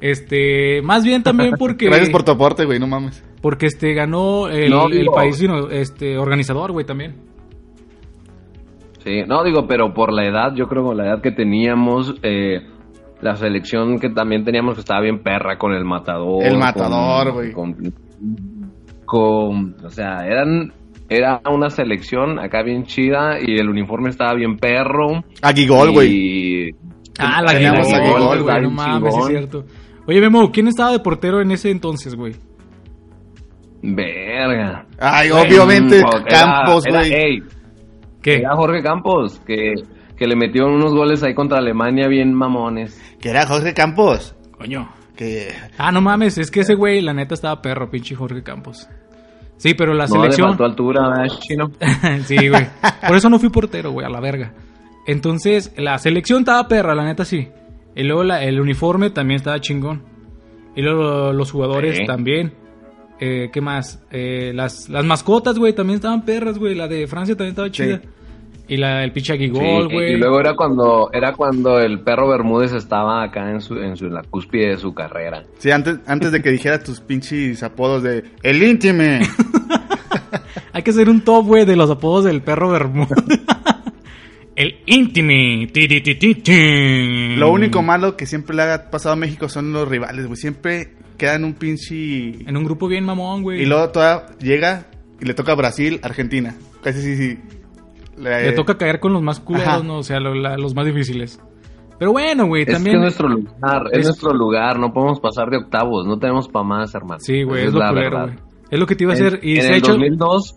Speaker 5: Este, más bien también porque...
Speaker 4: Gracias por tu aporte, güey, no mames.
Speaker 5: Porque este ganó el,
Speaker 3: No,
Speaker 5: el
Speaker 3: digo-
Speaker 5: país sino, este organizador, güey, también.
Speaker 3: Sí, no digo, pero por la edad, yo creo que la edad que teníamos, eh, la selección que también teníamos que estaba bien perra con el matador.
Speaker 4: El
Speaker 3: con-
Speaker 4: Matador, güey.
Speaker 3: Con, con- o sea, eran, era una selección acá bien chida y el uniforme estaba bien perro.
Speaker 4: Aguigol, güey.
Speaker 3: Y
Speaker 5: Ah, la
Speaker 4: Teníamos
Speaker 5: Guinea,
Speaker 4: a Guinea,
Speaker 5: güey,
Speaker 3: güey,
Speaker 5: No
Speaker 3: un
Speaker 5: mames, sí es
Speaker 3: chingón.
Speaker 5: cierto. Oye, Memo, ¿quién estaba de portero en ese entonces, güey?
Speaker 3: verga.
Speaker 4: Ay, obviamente,
Speaker 3: Mm, era-
Speaker 4: Campos,
Speaker 3: era- E.
Speaker 4: güey.
Speaker 3: ey,
Speaker 5: ¿Qué?
Speaker 3: era Jorge Campos, que, que le metió unos goles ahí contra Alemania bien mamones.
Speaker 4: Que era Jorge Campos.
Speaker 5: Coño.
Speaker 4: Que.
Speaker 5: Ah, no mames, es que ese güey, la neta, estaba perro, pinche Jorge Campos. Sí, pero la
Speaker 3: No le
Speaker 5: selección.
Speaker 3: faltó altura, ¿verdad, chino.
Speaker 5: sí, güey. Por eso no fui portero, güey, a la verga. Entonces, la selección estaba perra, la neta sí. Y luego la- el uniforme también estaba chingón. Y luego los jugadores
Speaker 3: Sí.
Speaker 5: también. Eh, ¿Qué más? Eh, las, las mascotas, güey, también estaban perras, güey. La de Francia también estaba chida. Y la del pinche Aguigol,
Speaker 3: Sí,
Speaker 5: güey.
Speaker 3: y luego era cuando era cuando el perro Bermúdez estaba acá en su en su en la cúspide de su carrera.
Speaker 4: Sí, antes, antes de que dijera tus pinches apodos de. El íntime.
Speaker 5: Hay que hacer un top, güey, de los apodos del perro Bermuda. el Intini. Ti, ti, ti, ti, ti.
Speaker 4: Lo único malo que siempre le ha pasado a México son los rivales, güey. Siempre quedan un pinche.
Speaker 5: En un grupo bien mamón, güey.
Speaker 4: Y luego toda llega y le toca a Brasil, Argentina. Casi sí, sí. Le,
Speaker 3: Eh,
Speaker 5: Le toca caer con los más culeros,
Speaker 4: Ajá.
Speaker 5: ¿no? O sea, lo- la- los más difíciles. Pero bueno, güey,
Speaker 3: Es que
Speaker 5: también.
Speaker 3: es nuestro lugar, es,
Speaker 5: es-
Speaker 3: nuestro lugar, no podemos pasar de octavos, no tenemos para más, hermano.
Speaker 5: Sí, güey,
Speaker 3: Esa
Speaker 5: es, lo culero, güey. Es lo que te iba a
Speaker 3: En-
Speaker 5: hacer. Y
Speaker 3: en
Speaker 5: se
Speaker 3: el
Speaker 5: ha hecho.
Speaker 3: 2002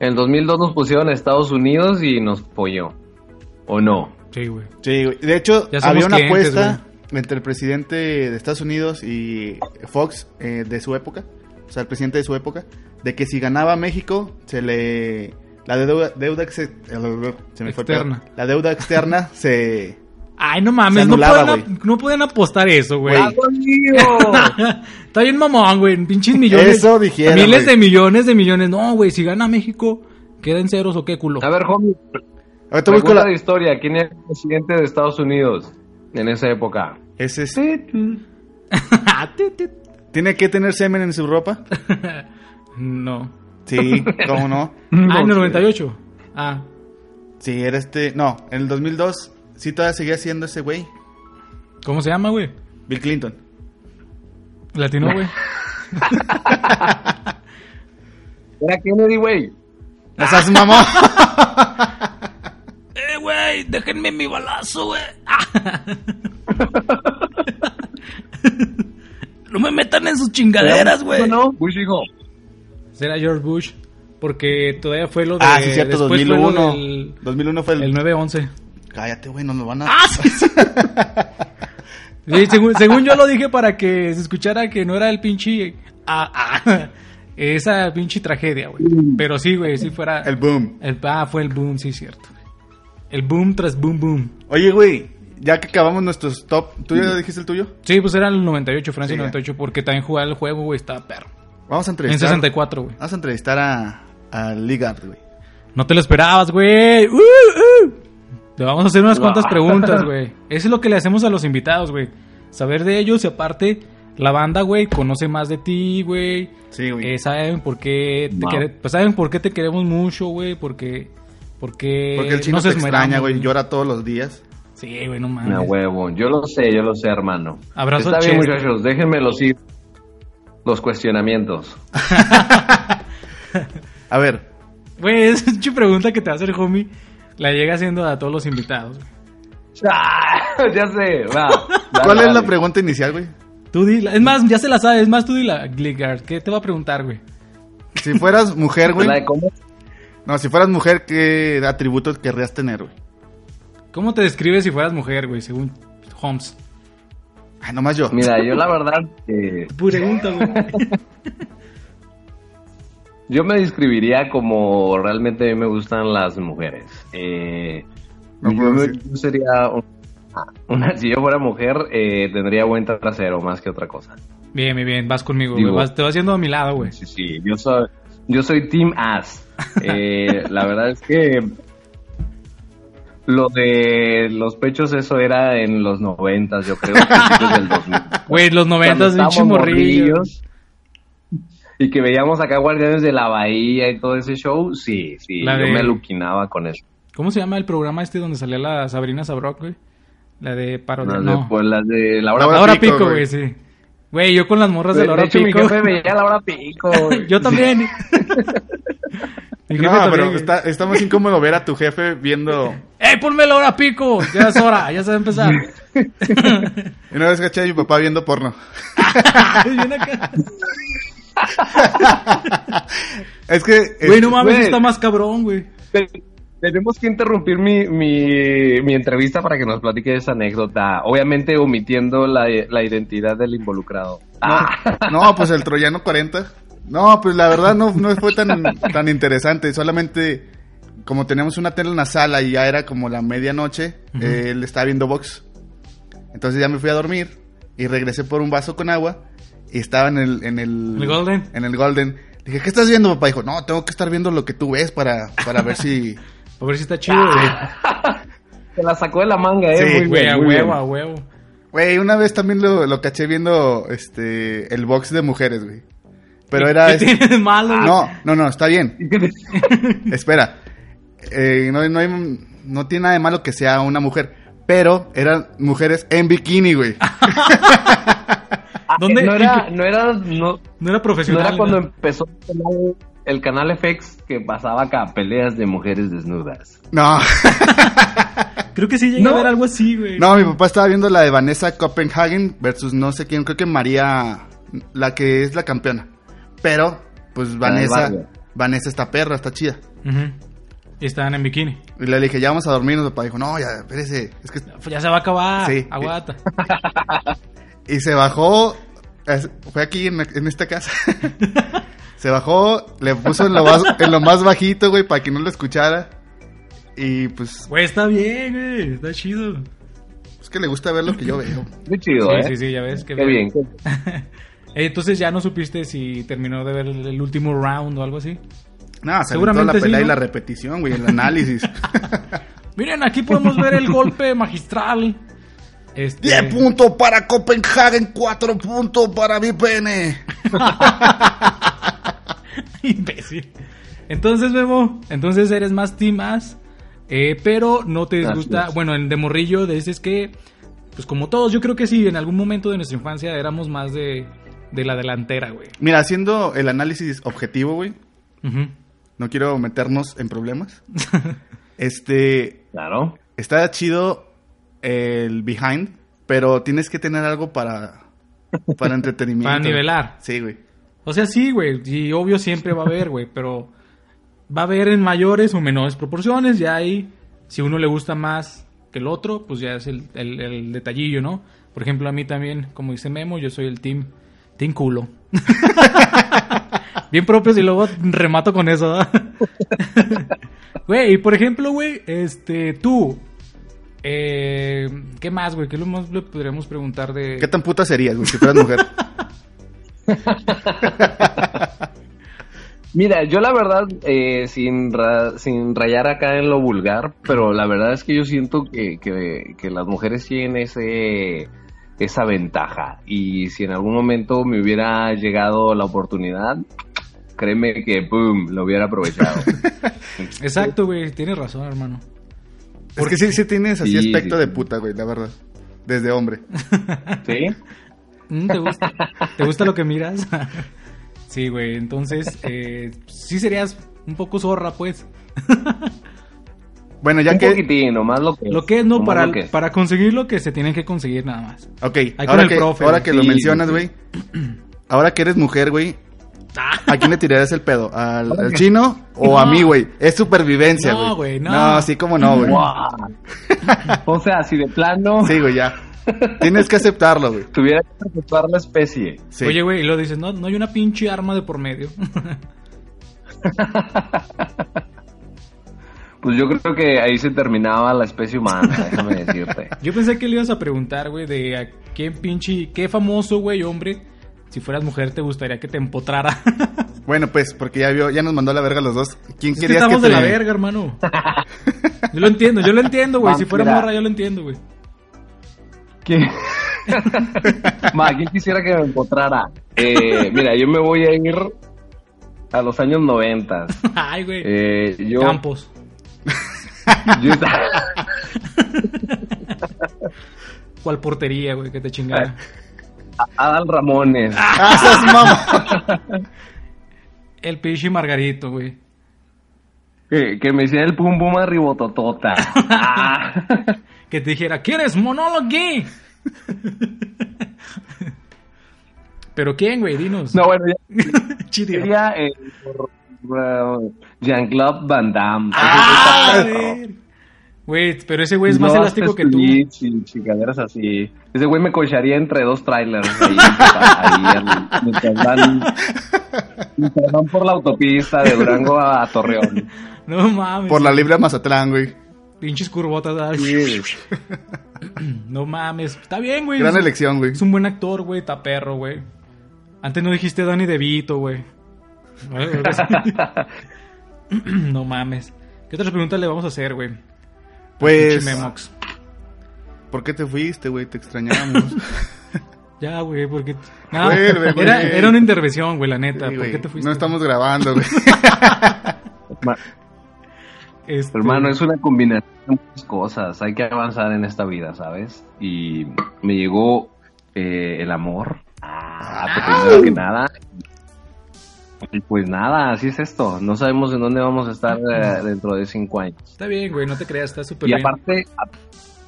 Speaker 3: en el 2002 nos pusieron a Estados Unidos y nos folló. ¿O no?
Speaker 5: Sí, güey.
Speaker 4: Sí, güey. De hecho,
Speaker 5: Ya somos
Speaker 4: había una
Speaker 5: clientes,
Speaker 4: apuesta entre el presidente de Estados Unidos y Fox eh, de su época. O sea, el presidente de su época. De que si ganaba México, se le. La deuda, deuda ex- se me fue el pedo.
Speaker 5: Externa.
Speaker 4: La deuda externa se.
Speaker 5: Ay, no mames, no,
Speaker 4: anulaba,
Speaker 5: pueden, ap- no pueden apostar eso, güey.
Speaker 3: ¡Ah,
Speaker 4: Güey.
Speaker 5: Está bien mamón, güey. Pinches millones.
Speaker 4: Eso dijeron,
Speaker 5: Miles
Speaker 4: güey.
Speaker 5: de millones de millones. No, güey, si gana México, queda en ceros o qué culo.
Speaker 3: A ver, homie,
Speaker 4: Ahorita busco
Speaker 3: pregunta
Speaker 4: la.
Speaker 3: de historia, ¿quién era el presidente de Estados Unidos en esa época?
Speaker 4: Es este-
Speaker 5: Tit, tit.
Speaker 4: ¿Tiene que tener semen en su ropa?
Speaker 5: no.
Speaker 4: Sí, ¿cómo no?
Speaker 5: Ah, en
Speaker 3: sé.
Speaker 5: el 98. Ah,
Speaker 4: Sí, era este. No, en el 2002 sí todavía seguía siendo ese güey.
Speaker 5: ¿cómo se llama, güey?
Speaker 4: Bill Clinton.
Speaker 5: Latino, güey.
Speaker 3: Era Kennedy, güey.
Speaker 4: O sea, su mamá.
Speaker 5: ¡Eh, güey! ¡Déjenme mi balazo, güey! ¡No me metan en sus chingaderas,
Speaker 3: ¿No? Bush dijo,
Speaker 5: Será George Bush. Porque todavía fue lo de.
Speaker 4: Ah, sí, cierto,
Speaker 5: Eh, después fue lo
Speaker 4: 2001.
Speaker 5: del-
Speaker 4: 2001 fue el.
Speaker 5: el ¡Ah! 9-11.
Speaker 4: Cállate, güey, no nos van a.
Speaker 5: Sí, según, según yo lo dije para que se escuchara que no era el pinche. ah, ah, esa pinche tragedia, güey. Pero sí, güey, si fuera.
Speaker 4: El boom.
Speaker 5: el- ah, fue el boom, sí, cierto. El boom tras boom, boom.
Speaker 4: Oye, güey, ya que acabamos nuestros top. ¿Tú ya dijiste el tuyo?
Speaker 5: Sí, pues era el 98, Francia
Speaker 4: Sí,
Speaker 5: 98, porque también jugaba el juego, güey, estaba perro.
Speaker 4: Vamos a
Speaker 5: En
Speaker 4: entrevistar.
Speaker 5: 64, güey.
Speaker 4: Vamos a entrevistar a. A Ligard, güey.
Speaker 5: No te lo esperabas, güey. Uh, uh. Te vamos a hacer unas
Speaker 3: Ah.
Speaker 5: cuantas preguntas, güey. Eso es lo que le hacemos a los invitados, güey. Saber de ellos y aparte, la banda, güey, conoce más de ti, güey.
Speaker 4: Sí,
Speaker 5: Eh, saben por qué te
Speaker 3: Wow.
Speaker 5: quere- pues saben por qué te queremos mucho, güey, porque porque
Speaker 4: Porque el chino
Speaker 5: nos
Speaker 4: se
Speaker 5: Este, esmeramos,
Speaker 4: extraña, güey. Llora todos los días.
Speaker 5: Sí, güey, no mames.
Speaker 3: una huevo. Yo lo sé, yo lo sé, hermano.
Speaker 5: Abrazo
Speaker 3: Está bien,
Speaker 5: Chester.
Speaker 3: muchachos, déjenmelos ir. Los cuestionamientos.
Speaker 4: A ver,
Speaker 5: Güey, esa pinche pregunta que te va a hacer, homie, la llega haciendo a todos los invitados. güey.
Speaker 3: Ah, ya sé, va. Dale,
Speaker 4: ¿cuál es la
Speaker 3: dale.
Speaker 4: pregunta inicial, güey?
Speaker 5: Tú dila, es más, ya se la sabes, es más tú dila, Gligar, ¿qué te va a preguntar, güey?
Speaker 4: Si fueras mujer, güey.
Speaker 3: La de cómo,
Speaker 4: No, si fueras mujer, ¿qué atributos querrías tener, güey?
Speaker 5: ¿Cómo te describes si fueras mujer, güey? Según Holmes.
Speaker 4: Ah, nomás yo.
Speaker 3: Mira, yo la verdad, eh,
Speaker 5: Pregunta, güey.
Speaker 3: yo me describiría como realmente me gustan las mujeres. Eh,
Speaker 4: No
Speaker 3: yo,
Speaker 4: puedo
Speaker 3: me-
Speaker 4: decir.
Speaker 3: yo sería un- una, si yo fuera mujer, eh, tendría buen trasero más que otra cosa.
Speaker 5: Bien, bien, bien. Vas conmigo, güey.
Speaker 3: Digo-
Speaker 5: Vas- te vas haciendo a mi lado, güey.
Speaker 3: Sí, sí, yo soy, yo soy Team Ass. Eh, la verdad es que lo de los pechos, eso era en los noventas, yo creo, principios del 2000.
Speaker 5: Güey, los
Speaker 3: Cuando
Speaker 5: noventas,
Speaker 3: estábamos
Speaker 5: pinche morrillo.
Speaker 3: morrillos Y que veíamos acá Guardianes de la Bahía y todo ese show, sí, sí,
Speaker 5: La
Speaker 3: yo
Speaker 5: de-
Speaker 3: me aluquinaba con eso.
Speaker 5: ¿Cómo se llama el programa este donde salía la Sabrina Sabrok, güey? La de parodia.
Speaker 3: Las
Speaker 5: No.
Speaker 3: de, pues, las de la hora
Speaker 5: La
Speaker 4: Ahora
Speaker 5: hora,
Speaker 4: pico,
Speaker 5: pico,
Speaker 4: güey.
Speaker 5: güey, sí. Güey, yo con las morras de la hora
Speaker 3: de hecho, mi
Speaker 5: pico.
Speaker 3: jefe veía la hora pico. güey.
Speaker 5: yo también. Mi jefe
Speaker 4: No, pero
Speaker 5: también,
Speaker 4: pues
Speaker 5: güey.
Speaker 4: está, está más incómodo ver a tu jefe viendo.
Speaker 5: ¡Ey, ponme la hora pico! Ya es hora, ya se va a empezar.
Speaker 4: Una vez caché a mi papá viendo porno.
Speaker 5: Ven acá.
Speaker 4: Es que. es-
Speaker 5: Güey, no mames,
Speaker 3: güey.
Speaker 5: está más cabrón, güey.
Speaker 3: Te- Tenemos que interrumpir mi, mi, mi entrevista para que nos platique esa anécdota, obviamente omitiendo la, la identidad del involucrado. Ah,
Speaker 4: No, pues el Troyano 40. No, pues la verdad no, no fue tan, tan interesante. Solamente, como teníamos una tele en la sala y ya era como la medianoche, eh, él estaba viendo box. Entonces ya me fui a dormir y regresé por un vaso con agua y estaba en el. En el,
Speaker 5: ¿El Golden?
Speaker 4: En el Golden. Dije, ¿qué estás viendo, papá? Dijo, no, tengo que estar viendo lo que tú ves para, para ver si.
Speaker 5: A ver si está chido, güey.
Speaker 3: se la sacó de la manga, eh.
Speaker 4: Sí,
Speaker 3: muy
Speaker 5: Güey,
Speaker 3: bien,
Speaker 5: a
Speaker 3: muy
Speaker 5: huevo,
Speaker 3: bien.
Speaker 5: a huevo.
Speaker 4: Güey, una vez también lo, lo caché viendo este el box de mujeres, güey. Pero era.
Speaker 5: ¿Qué
Speaker 4: este-
Speaker 5: tiene de malo, güey?
Speaker 4: No, no, no, está bien. Espera. Eh, no, no hay- no tiene nada de malo que sea una mujer. Pero eran mujeres en bikini, güey.
Speaker 3: Ah,
Speaker 5: ¿Dónde-
Speaker 3: No
Speaker 5: en
Speaker 3: era,
Speaker 5: qué-
Speaker 3: no era, no,
Speaker 5: No era
Speaker 3: no
Speaker 5: profesional.
Speaker 3: era cuando
Speaker 5: ¿no?
Speaker 3: empezó el canal- el canal FX que pasaba acá, peleas de mujeres desnudas.
Speaker 4: No,
Speaker 3: em-
Speaker 5: Creo que sí llegué a
Speaker 3: No.
Speaker 5: ver algo así, güey.
Speaker 4: no, mi papá estaba viendo la de Vanessa Copenhagen versus no sé quién, creo que María, la que es la campeona. Pero, pues Vanessa,
Speaker 3: barrio.
Speaker 4: Vanessa está perra, está chida.
Speaker 5: Ujú. Y estaban en bikini.
Speaker 4: Y le dije, ya vamos a dormir. Mi papá dijo, no, ya, espérese, es que
Speaker 5: Ya se va a acabar.
Speaker 4: Sí.
Speaker 5: Aguanta.
Speaker 4: Y se bajó. es- Fue aquí en, en esta casa. se bajó, le puso en lo más, en lo más bajito, güey, para que no lo escuchara. Y pues,
Speaker 5: Güey, está bien, güey. Está chido.
Speaker 4: es que le gusta ver lo que yo veo.
Speaker 3: Muy chido,
Speaker 5: Sí,
Speaker 3: eh.
Speaker 5: sí, sí, ya ves.
Speaker 3: Qué
Speaker 5: que
Speaker 3: bien. qué-
Speaker 5: Entonces ya no supiste si terminó de ver el el último round o algo así.
Speaker 4: No, seguramente la
Speaker 5: Seguramente sí,
Speaker 4: pelea
Speaker 5: ¿no?
Speaker 4: y la repetición, güey, el análisis.
Speaker 5: Miren, aquí podemos ver el golpe magistral. Este,
Speaker 4: 10 puntos para Copenhagen, 4 puntos para mi pene.
Speaker 5: Imbécil. Entonces, Memo, entonces eres más timas, pero no te
Speaker 3: Así
Speaker 5: disgusta.
Speaker 3: es.
Speaker 5: Bueno, en de morrillo dices que, pues como todos, yo creo que sí, en algún momento de nuestra infancia éramos más de, de la delantera, güey.
Speaker 4: Mira, haciendo el análisis objetivo, güey,
Speaker 5: Ujú.
Speaker 4: no quiero meternos en problemas. Este,
Speaker 3: Claro.
Speaker 4: Está chido el behind, pero tienes que tener algo para, para entretenimiento.
Speaker 5: Para nivelar.
Speaker 4: Sí, güey.
Speaker 5: O sea, sí, güey, y obvio siempre va a haber, güey, pero va a haber en mayores o menores proporciones, ya ahí, si uno le gusta más que el otro, pues ya es el, el- el detallillo, ¿no? Por ejemplo, a mí también, como dice Memo, yo soy el team, team culo. Bien propios y luego remato con eso, ¿verdad? Güey, y por ejemplo, güey, este, tú, eh, ¿qué más, güey? ¿Qué lo más le podríamos preguntar de...?
Speaker 4: ¿Qué tan puta serías, güey, si fueras mujer?
Speaker 3: Mira, yo la verdad, eh, sin, ra- sin rayar acá en lo vulgar, pero la verdad es que yo siento que, que- que las mujeres tienen ese, esa ventaja. Y si en algún momento me hubiera llegado la oportunidad, créeme que, ¡boom!, lo hubiera aprovechado.
Speaker 5: Exacto, güey, tienes razón, hermano.
Speaker 4: es que sí, sí tienes así
Speaker 3: Sí,
Speaker 4: aspecto
Speaker 3: sí,
Speaker 4: de
Speaker 3: sí.
Speaker 4: puta, güey, la verdad. Desde hombre.
Speaker 3: ¿Sí?
Speaker 5: Mm, ¿Te gusta? ¿Te gusta lo que miras? sí, güey. Entonces, eh, sí serías un poco zorra, pues.
Speaker 4: Bueno, ya
Speaker 3: Un
Speaker 4: que...
Speaker 3: poquitín, nomás lo que
Speaker 5: Lo que es, no,
Speaker 3: nomás
Speaker 5: para,
Speaker 3: lo que es.
Speaker 5: para conseguir lo que se tiene que conseguir nada más.
Speaker 4: Ok,
Speaker 5: con
Speaker 4: ahora
Speaker 5: el
Speaker 4: que,
Speaker 5: profe,
Speaker 4: ahora
Speaker 5: güey.
Speaker 4: que lo
Speaker 3: Sí,
Speaker 4: mencionas,
Speaker 3: sí,
Speaker 4: güey. Ahora que eres mujer, güey,
Speaker 5: Ah.
Speaker 4: ¿A quién le tirarías el pedo? ¿Al, al chino o a mí, güey? Es supervivencia, güey.
Speaker 5: No, güey, no.
Speaker 4: sí, como no, güey.
Speaker 3: Guau. O sea, así de plano
Speaker 4: Sí, güey, ya. Tienes que aceptarlo, güey.
Speaker 3: tuviera que perpetuar la especie.
Speaker 4: Sí.
Speaker 5: Oye, güey, y lo dices, no, no hay una pinche arma de por medio.
Speaker 3: Pues yo creo que ahí se terminaba la especie humana, déjame decirte.
Speaker 5: Yo pensé que le ibas a preguntar, güey, de a qué pinche, qué famoso, güey, hombre, si fueras mujer te gustaría que te empotrara.
Speaker 4: Bueno, pues, porque ya vio, ya nos mandó a la verga los dos. ¿Quién
Speaker 5: Es que
Speaker 4: querías
Speaker 5: estamos
Speaker 4: que
Speaker 5: de
Speaker 4: te-
Speaker 5: la verga, hermano. Yo lo entiendo, yo lo entiendo, güey. Si fuera
Speaker 3: Vampira.
Speaker 5: morra, yo lo entiendo, güey.
Speaker 3: ¿Quién? Ma, ¿quién quisiera que me encontrara? Eh, mira, yo me voy a ir a los años 90.
Speaker 5: Ay, güey.
Speaker 3: Eh, yo,
Speaker 5: Campos.
Speaker 3: yo-
Speaker 5: ¿Cuál portería, güey, que te chingara?
Speaker 3: Adal Ramones.
Speaker 4: ¡Ah, seas mamón!
Speaker 5: El pinche Margarito, güey.
Speaker 3: Que, que me hiciera el pum pum a ribototota. Ah.
Speaker 5: Que te dijera, ¿quieres monólogo? ¿Pero quién, güey? Dinos.
Speaker 3: No, bueno, ya
Speaker 5: Chidio.
Speaker 3: sería eh, por, eh, Jean-Claude Van Damme.
Speaker 5: Ah, a ver. Güey, pero ese güey es Pues, más
Speaker 3: No, este
Speaker 5: elástico que tú.
Speaker 3: Speech y chingaderas así. Ese güey me cocharía entre dos trailers. Ahí, ahí, al- mientras, van, mientras van por la autopista de Durango a Torreón.
Speaker 5: No mames.
Speaker 4: Por la libre Mazatlán, güey.
Speaker 5: Pinches curvotas. ay. No mames. Está bien, güey.
Speaker 4: Gran
Speaker 5: Es-
Speaker 4: elección, güey.
Speaker 5: Es un buen actor, güey. Está perro, güey. Antes no dijiste Danny DeVito, güey. no mames. ¿Qué otras preguntas le vamos a hacer, güey?
Speaker 4: Pues,
Speaker 5: Pinche Memox.
Speaker 4: ¿por qué te fuiste, güey? Te extrañábamos.
Speaker 5: Ya, güey, porque... No,
Speaker 4: Vuelve, güey.
Speaker 5: era, era una intervención, güey, la neta.
Speaker 4: Sí,
Speaker 5: ¿Por
Speaker 4: güey.
Speaker 5: qué te fuiste?
Speaker 4: No estamos grabando, güey.
Speaker 3: Ma-
Speaker 5: Este,
Speaker 3: Hermano, es una combinación de muchas cosas. Hay que avanzar en esta vida, ¿sabes? Y me llegó eh, el amor. Ah, pues primero que nada. Y pues nada, así es esto. No sabemos en dónde vamos a estar eh, dentro de cinco años.
Speaker 5: Está bien, güey, no te creas, está súper
Speaker 3: Y
Speaker 5: bien.
Speaker 3: aparte,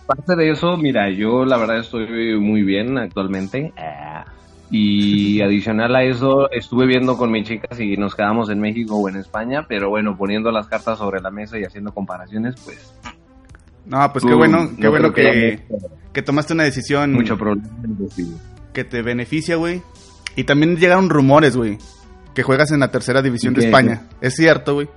Speaker 3: aparte de eso, mira, yo la verdad estoy muy bien actualmente. Ah, Y adicional a eso, estuve viendo con mi chica si nos quedamos en México o en España, pero bueno, poniendo las cartas sobre la mesa y haciendo comparaciones, pues...
Speaker 4: No, pues
Speaker 3: tú,
Speaker 4: qué bueno,
Speaker 3: no
Speaker 4: qué
Speaker 3: creo
Speaker 4: bueno que, Mm.
Speaker 3: haya mucho-
Speaker 4: que tomaste una decisión
Speaker 3: Mucho problema. en decirlo.
Speaker 4: que te beneficia, güey. Y también llegaron rumores, güey, que juegas en la tercera división de
Speaker 3: Ok.
Speaker 4: España. Es cierto, güey.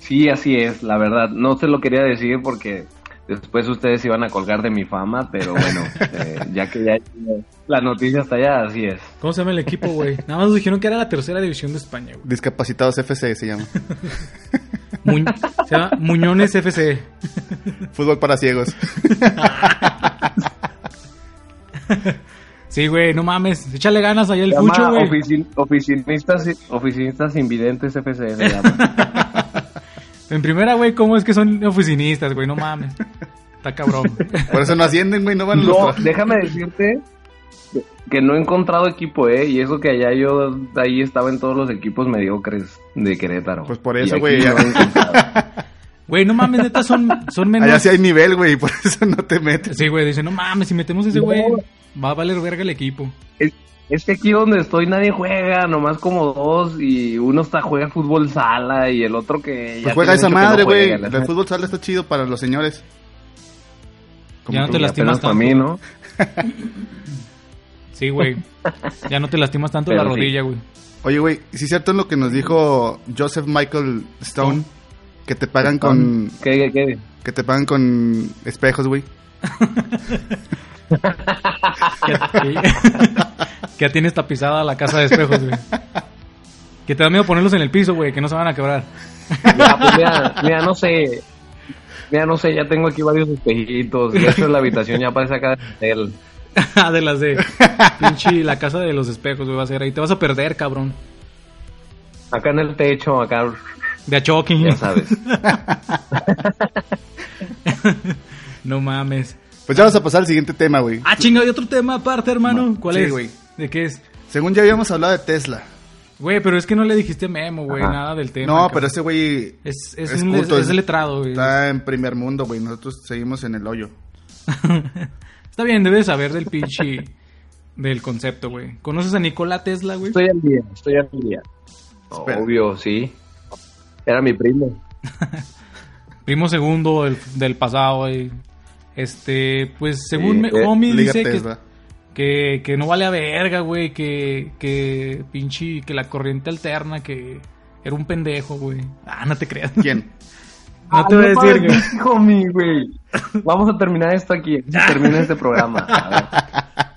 Speaker 3: Sí, así es, la verdad. No se lo quería decir porque después ustedes iban a colgar de mi fama, pero bueno, eh, ya que ya la noticia está allá, así es.
Speaker 5: ¿Cómo se llama el equipo, güey? Nada más nos dijeron que era la tercera división de España, güey.
Speaker 4: Discapacitados FC se llama.
Speaker 5: Muñ- se llama Muñones FC.
Speaker 4: Fútbol para ciegos.
Speaker 5: Sí, güey, no mames. Échale ganas ahí al
Speaker 3: Se
Speaker 5: fucho,
Speaker 3: llama
Speaker 5: güey.
Speaker 3: oficin- oficinistas, oficinistas invidentes FC se llama.
Speaker 5: En primera, güey, ¿cómo es que son oficinistas, güey? No mames. Está cabrón.
Speaker 4: Por eso no ascienden, güey, no van a los
Speaker 3: no,
Speaker 4: tra-
Speaker 3: déjame decirte que no he encontrado equipo, eh, y eso que allá yo ahí estaba en todos los equipos mediocres de Querétaro.
Speaker 4: Pues por
Speaker 3: Y
Speaker 4: eso,
Speaker 3: aquí
Speaker 4: güey,
Speaker 3: no
Speaker 4: ya-
Speaker 3: he encontrado.
Speaker 5: Güey, no mames, neta, son, son menos.
Speaker 4: Allá sí hay nivel, güey, por eso no te metes.
Speaker 5: Sí, güey, dice, no mames, si metemos a ese
Speaker 3: No.
Speaker 5: güey, va a valer verga el equipo.
Speaker 3: es, es que aquí donde estoy nadie juega, nomás como dos y uno está juega fútbol sala y el otro que
Speaker 4: Pues juega
Speaker 3: tiene
Speaker 4: esa
Speaker 3: mucho que no
Speaker 4: madre, güey.
Speaker 3: juega.
Speaker 4: El fútbol sala está chido para los señores.
Speaker 5: Ya no
Speaker 4: tú,
Speaker 5: te
Speaker 4: güey.
Speaker 5: las- lastimas
Speaker 3: Apenas pa'
Speaker 5: tanto.
Speaker 3: mí, ¿no?
Speaker 5: Sí, güey. Ya no te lastimas tanto
Speaker 3: Pero
Speaker 5: la
Speaker 3: sí.
Speaker 5: rodilla, güey.
Speaker 4: Oye, güey, si es cierto es lo que nos dijo Joseph Michael Stone, que te pagan con
Speaker 3: ¿Qué, qué, qué?
Speaker 4: que te pagan con espejos, güey.
Speaker 5: Que, que ya tienes tapizada la casa de espejos, güey. Que te da miedo ponerlos en el piso, güey, que no se van a quebrar.
Speaker 3: Mira, pues mira, mira, no sé. Mira, no sé, ya tengo aquí varios espejitos. Y esta es la habitación, ya parece acá de él.
Speaker 5: Ah, de las de pinche la casa de los espejos, güey, va a ser ahí. Te vas a perder, cabrón.
Speaker 3: Acá en el techo, acá,
Speaker 5: De achoque.
Speaker 3: ya sabes.
Speaker 5: No mames.
Speaker 4: Pues ya vamos a pasar al siguiente tema, güey.
Speaker 5: Ah, chinga, hay otro tema aparte, hermano. ¿Cuál
Speaker 4: Sí,
Speaker 5: es?
Speaker 4: güey.
Speaker 5: ¿De qué es?
Speaker 4: Según ya habíamos hablado de Tesla.
Speaker 5: Güey, pero es que no le dijiste a Memo, güey,
Speaker 3: Ajá.
Speaker 5: nada del tema.
Speaker 4: No,
Speaker 5: cabrón.
Speaker 4: pero ese güey
Speaker 5: Es, es,
Speaker 4: es
Speaker 5: un-
Speaker 4: culto,
Speaker 5: es
Speaker 4: es-
Speaker 5: letrado, güey. Está...
Speaker 4: está en primer mundo, güey. Nosotros seguimos en el hoyo.
Speaker 5: bien, debes saber del pinche del concepto, güey. ¿Conoces a Nikola Tesla, güey?
Speaker 3: Estoy al día, estoy al día. Obvio, sí. Era mi primo.
Speaker 5: Primo segundo del, del pasado, güey. Este, pues según
Speaker 3: Sí,
Speaker 5: me-
Speaker 3: eh,
Speaker 5: Homie
Speaker 4: Liga
Speaker 5: dice que,
Speaker 4: Tesla.
Speaker 5: que, que no vale a verga, güey. Que, que pinche, que la corriente alterna, que era un pendejo, güey. Ah, no te creas.
Speaker 4: ¿Quién?
Speaker 3: Ah,
Speaker 5: No te voy a decir, güey.
Speaker 3: Hijo mi, güey. Vamos a terminar esto aquí. Termina este programa. A ver.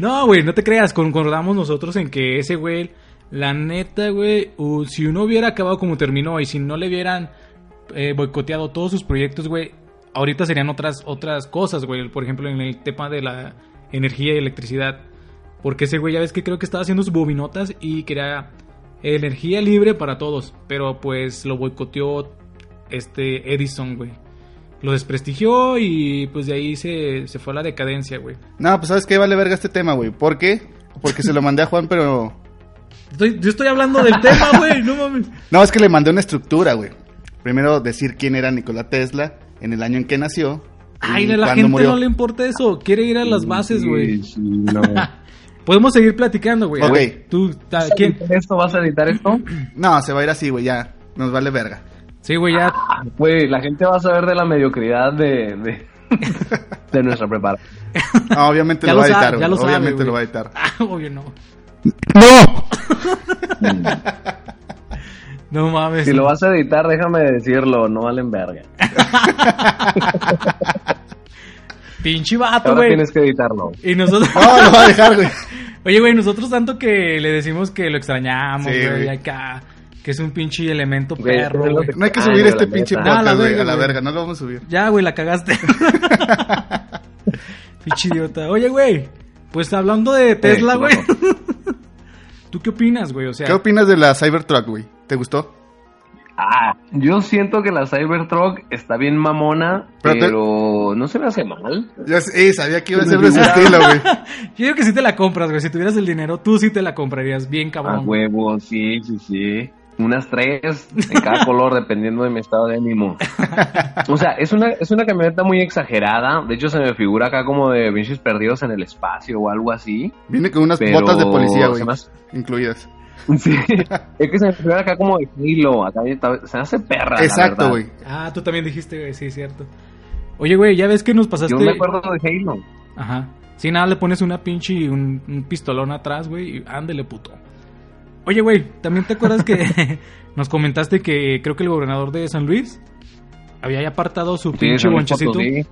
Speaker 5: No, güey, no te creas, concordamos nosotros en que ese güey, la neta, güey, u- si uno hubiera acabado como terminó y si no le hubieran eh, boicoteado todos sus proyectos, güey, ahorita serían otras, otras cosas, güey, por ejemplo, en el tema de la energía y electricidad. Porque ese güey, ya ves que creo que estaba haciendo sus bobinotas y quería energía libre para todos, pero pues lo boicoteó este Edison, güey. Lo desprestigió y pues de ahí se, se fue a la decadencia, güey.
Speaker 4: No, pues sabes qué vale verga este tema, güey. ¿Por qué? Porque se lo mandé a Juan, pero.
Speaker 5: Estoy- yo estoy hablando del tema, güey, no mames.
Speaker 4: No, es que le mandé una estructura, güey. Primero decir quién era Nikola Tesla, en el año en que nació.
Speaker 5: Ay,
Speaker 4: y
Speaker 5: a la
Speaker 4: cuándo
Speaker 5: gente
Speaker 4: murió.
Speaker 5: no le importa eso. Quiere ir a las bases, güey.
Speaker 3: Sí, sí, no.
Speaker 5: Podemos seguir platicando, güey. A
Speaker 4: Ok.
Speaker 5: ver, ¿Tú, ta- quién?
Speaker 3: ¿Esto vas a editar esto?
Speaker 4: No, se va a ir así, güey, ya. Nos vale verga.
Speaker 5: Sí, güey, ya.
Speaker 3: Ah, Güey, la gente va a saber de la mediocridad de, de, de nuestra preparación.
Speaker 4: No, obviamente
Speaker 5: Ya
Speaker 4: lo,
Speaker 5: lo
Speaker 4: va a editar,
Speaker 5: sabe, ya
Speaker 4: güey.
Speaker 5: lo sabe,
Speaker 4: Obviamente
Speaker 5: güey.
Speaker 4: lo va a editar.
Speaker 5: Ah, obvio no.
Speaker 4: ¡No!
Speaker 5: No mames.
Speaker 3: Si lo vas a editar, déjame decirlo, no valen verga.
Speaker 5: Pinche vato,
Speaker 3: Ahora
Speaker 5: Ah, güey.
Speaker 3: tienes que editarlo.
Speaker 5: Y nosotros.
Speaker 4: No, lo va a dejar, güey.
Speaker 5: Oye, güey, nosotros tanto que le decimos que lo extrañamos,
Speaker 4: Sí,
Speaker 5: güey,
Speaker 4: güey.
Speaker 5: acá. Que es un pinche elemento
Speaker 3: Güey, es
Speaker 5: perro,
Speaker 3: lo
Speaker 5: güey.
Speaker 3: que-
Speaker 4: No hay que
Speaker 3: Ay,
Speaker 4: subir
Speaker 3: a
Speaker 4: este
Speaker 3: la
Speaker 4: pinche
Speaker 3: neta.
Speaker 4: podcast,
Speaker 5: No, a Ah, la
Speaker 4: güey.
Speaker 5: verga,
Speaker 4: A la
Speaker 5: güey.
Speaker 4: verga, no lo vamos a subir.
Speaker 5: Ya, güey, la cagaste. Pinche idiota. Oye, güey. Pues hablando de Tesla,
Speaker 3: Eh,
Speaker 5: güey.
Speaker 3: claro.
Speaker 5: ¿Tú qué opinas, güey? O sea,
Speaker 4: ¿Qué opinas de la Cybertruck, güey? ¿Te gustó?
Speaker 3: Ah, yo siento que la Cybertruck está bien mamona,
Speaker 4: Pero te-
Speaker 3: pero, no se me hace mal.
Speaker 4: Yo sí, sabía que iba a ser de ese estilo, güey.
Speaker 5: yo creo que sí te la compras, güey. Si tuvieras el dinero, tú sí te la comprarías
Speaker 3: A
Speaker 5: bien,
Speaker 4: Ah.
Speaker 5: cabrón. güey.
Speaker 3: huevo, sí, sí, sí. Unas tres de cada color, dependiendo de mi estado de ánimo. O sea, es una, es una camioneta muy exagerada. De hecho, se me figura acá como de pinches perdidos en el espacio o algo así.
Speaker 4: Viene con unas
Speaker 3: Pero
Speaker 4: botas de policía, güey.
Speaker 3: se me hace-
Speaker 4: Incluidas.
Speaker 3: Sí, es que se me figura acá como de hilo. Acá está- se me hace perra. la
Speaker 4: Exacto,
Speaker 3: verdad.
Speaker 4: güey.
Speaker 5: Ah, tú también dijiste, güey. Sí, cierto. Oye, güey, ya ves que nos pasaste.
Speaker 3: Yo me acuerdo de Halo.
Speaker 5: Ajá. Si nada, le pones una pinche un, un pistolón atrás, güey, y ándele, puto. Oye, güey, ¿también te acuerdas que nos comentaste que creo que el gobernador de San Luis había ya apartado su
Speaker 3: Sí,
Speaker 5: pinche
Speaker 3: son mis
Speaker 5: bonchecito?
Speaker 3: fotos, sí.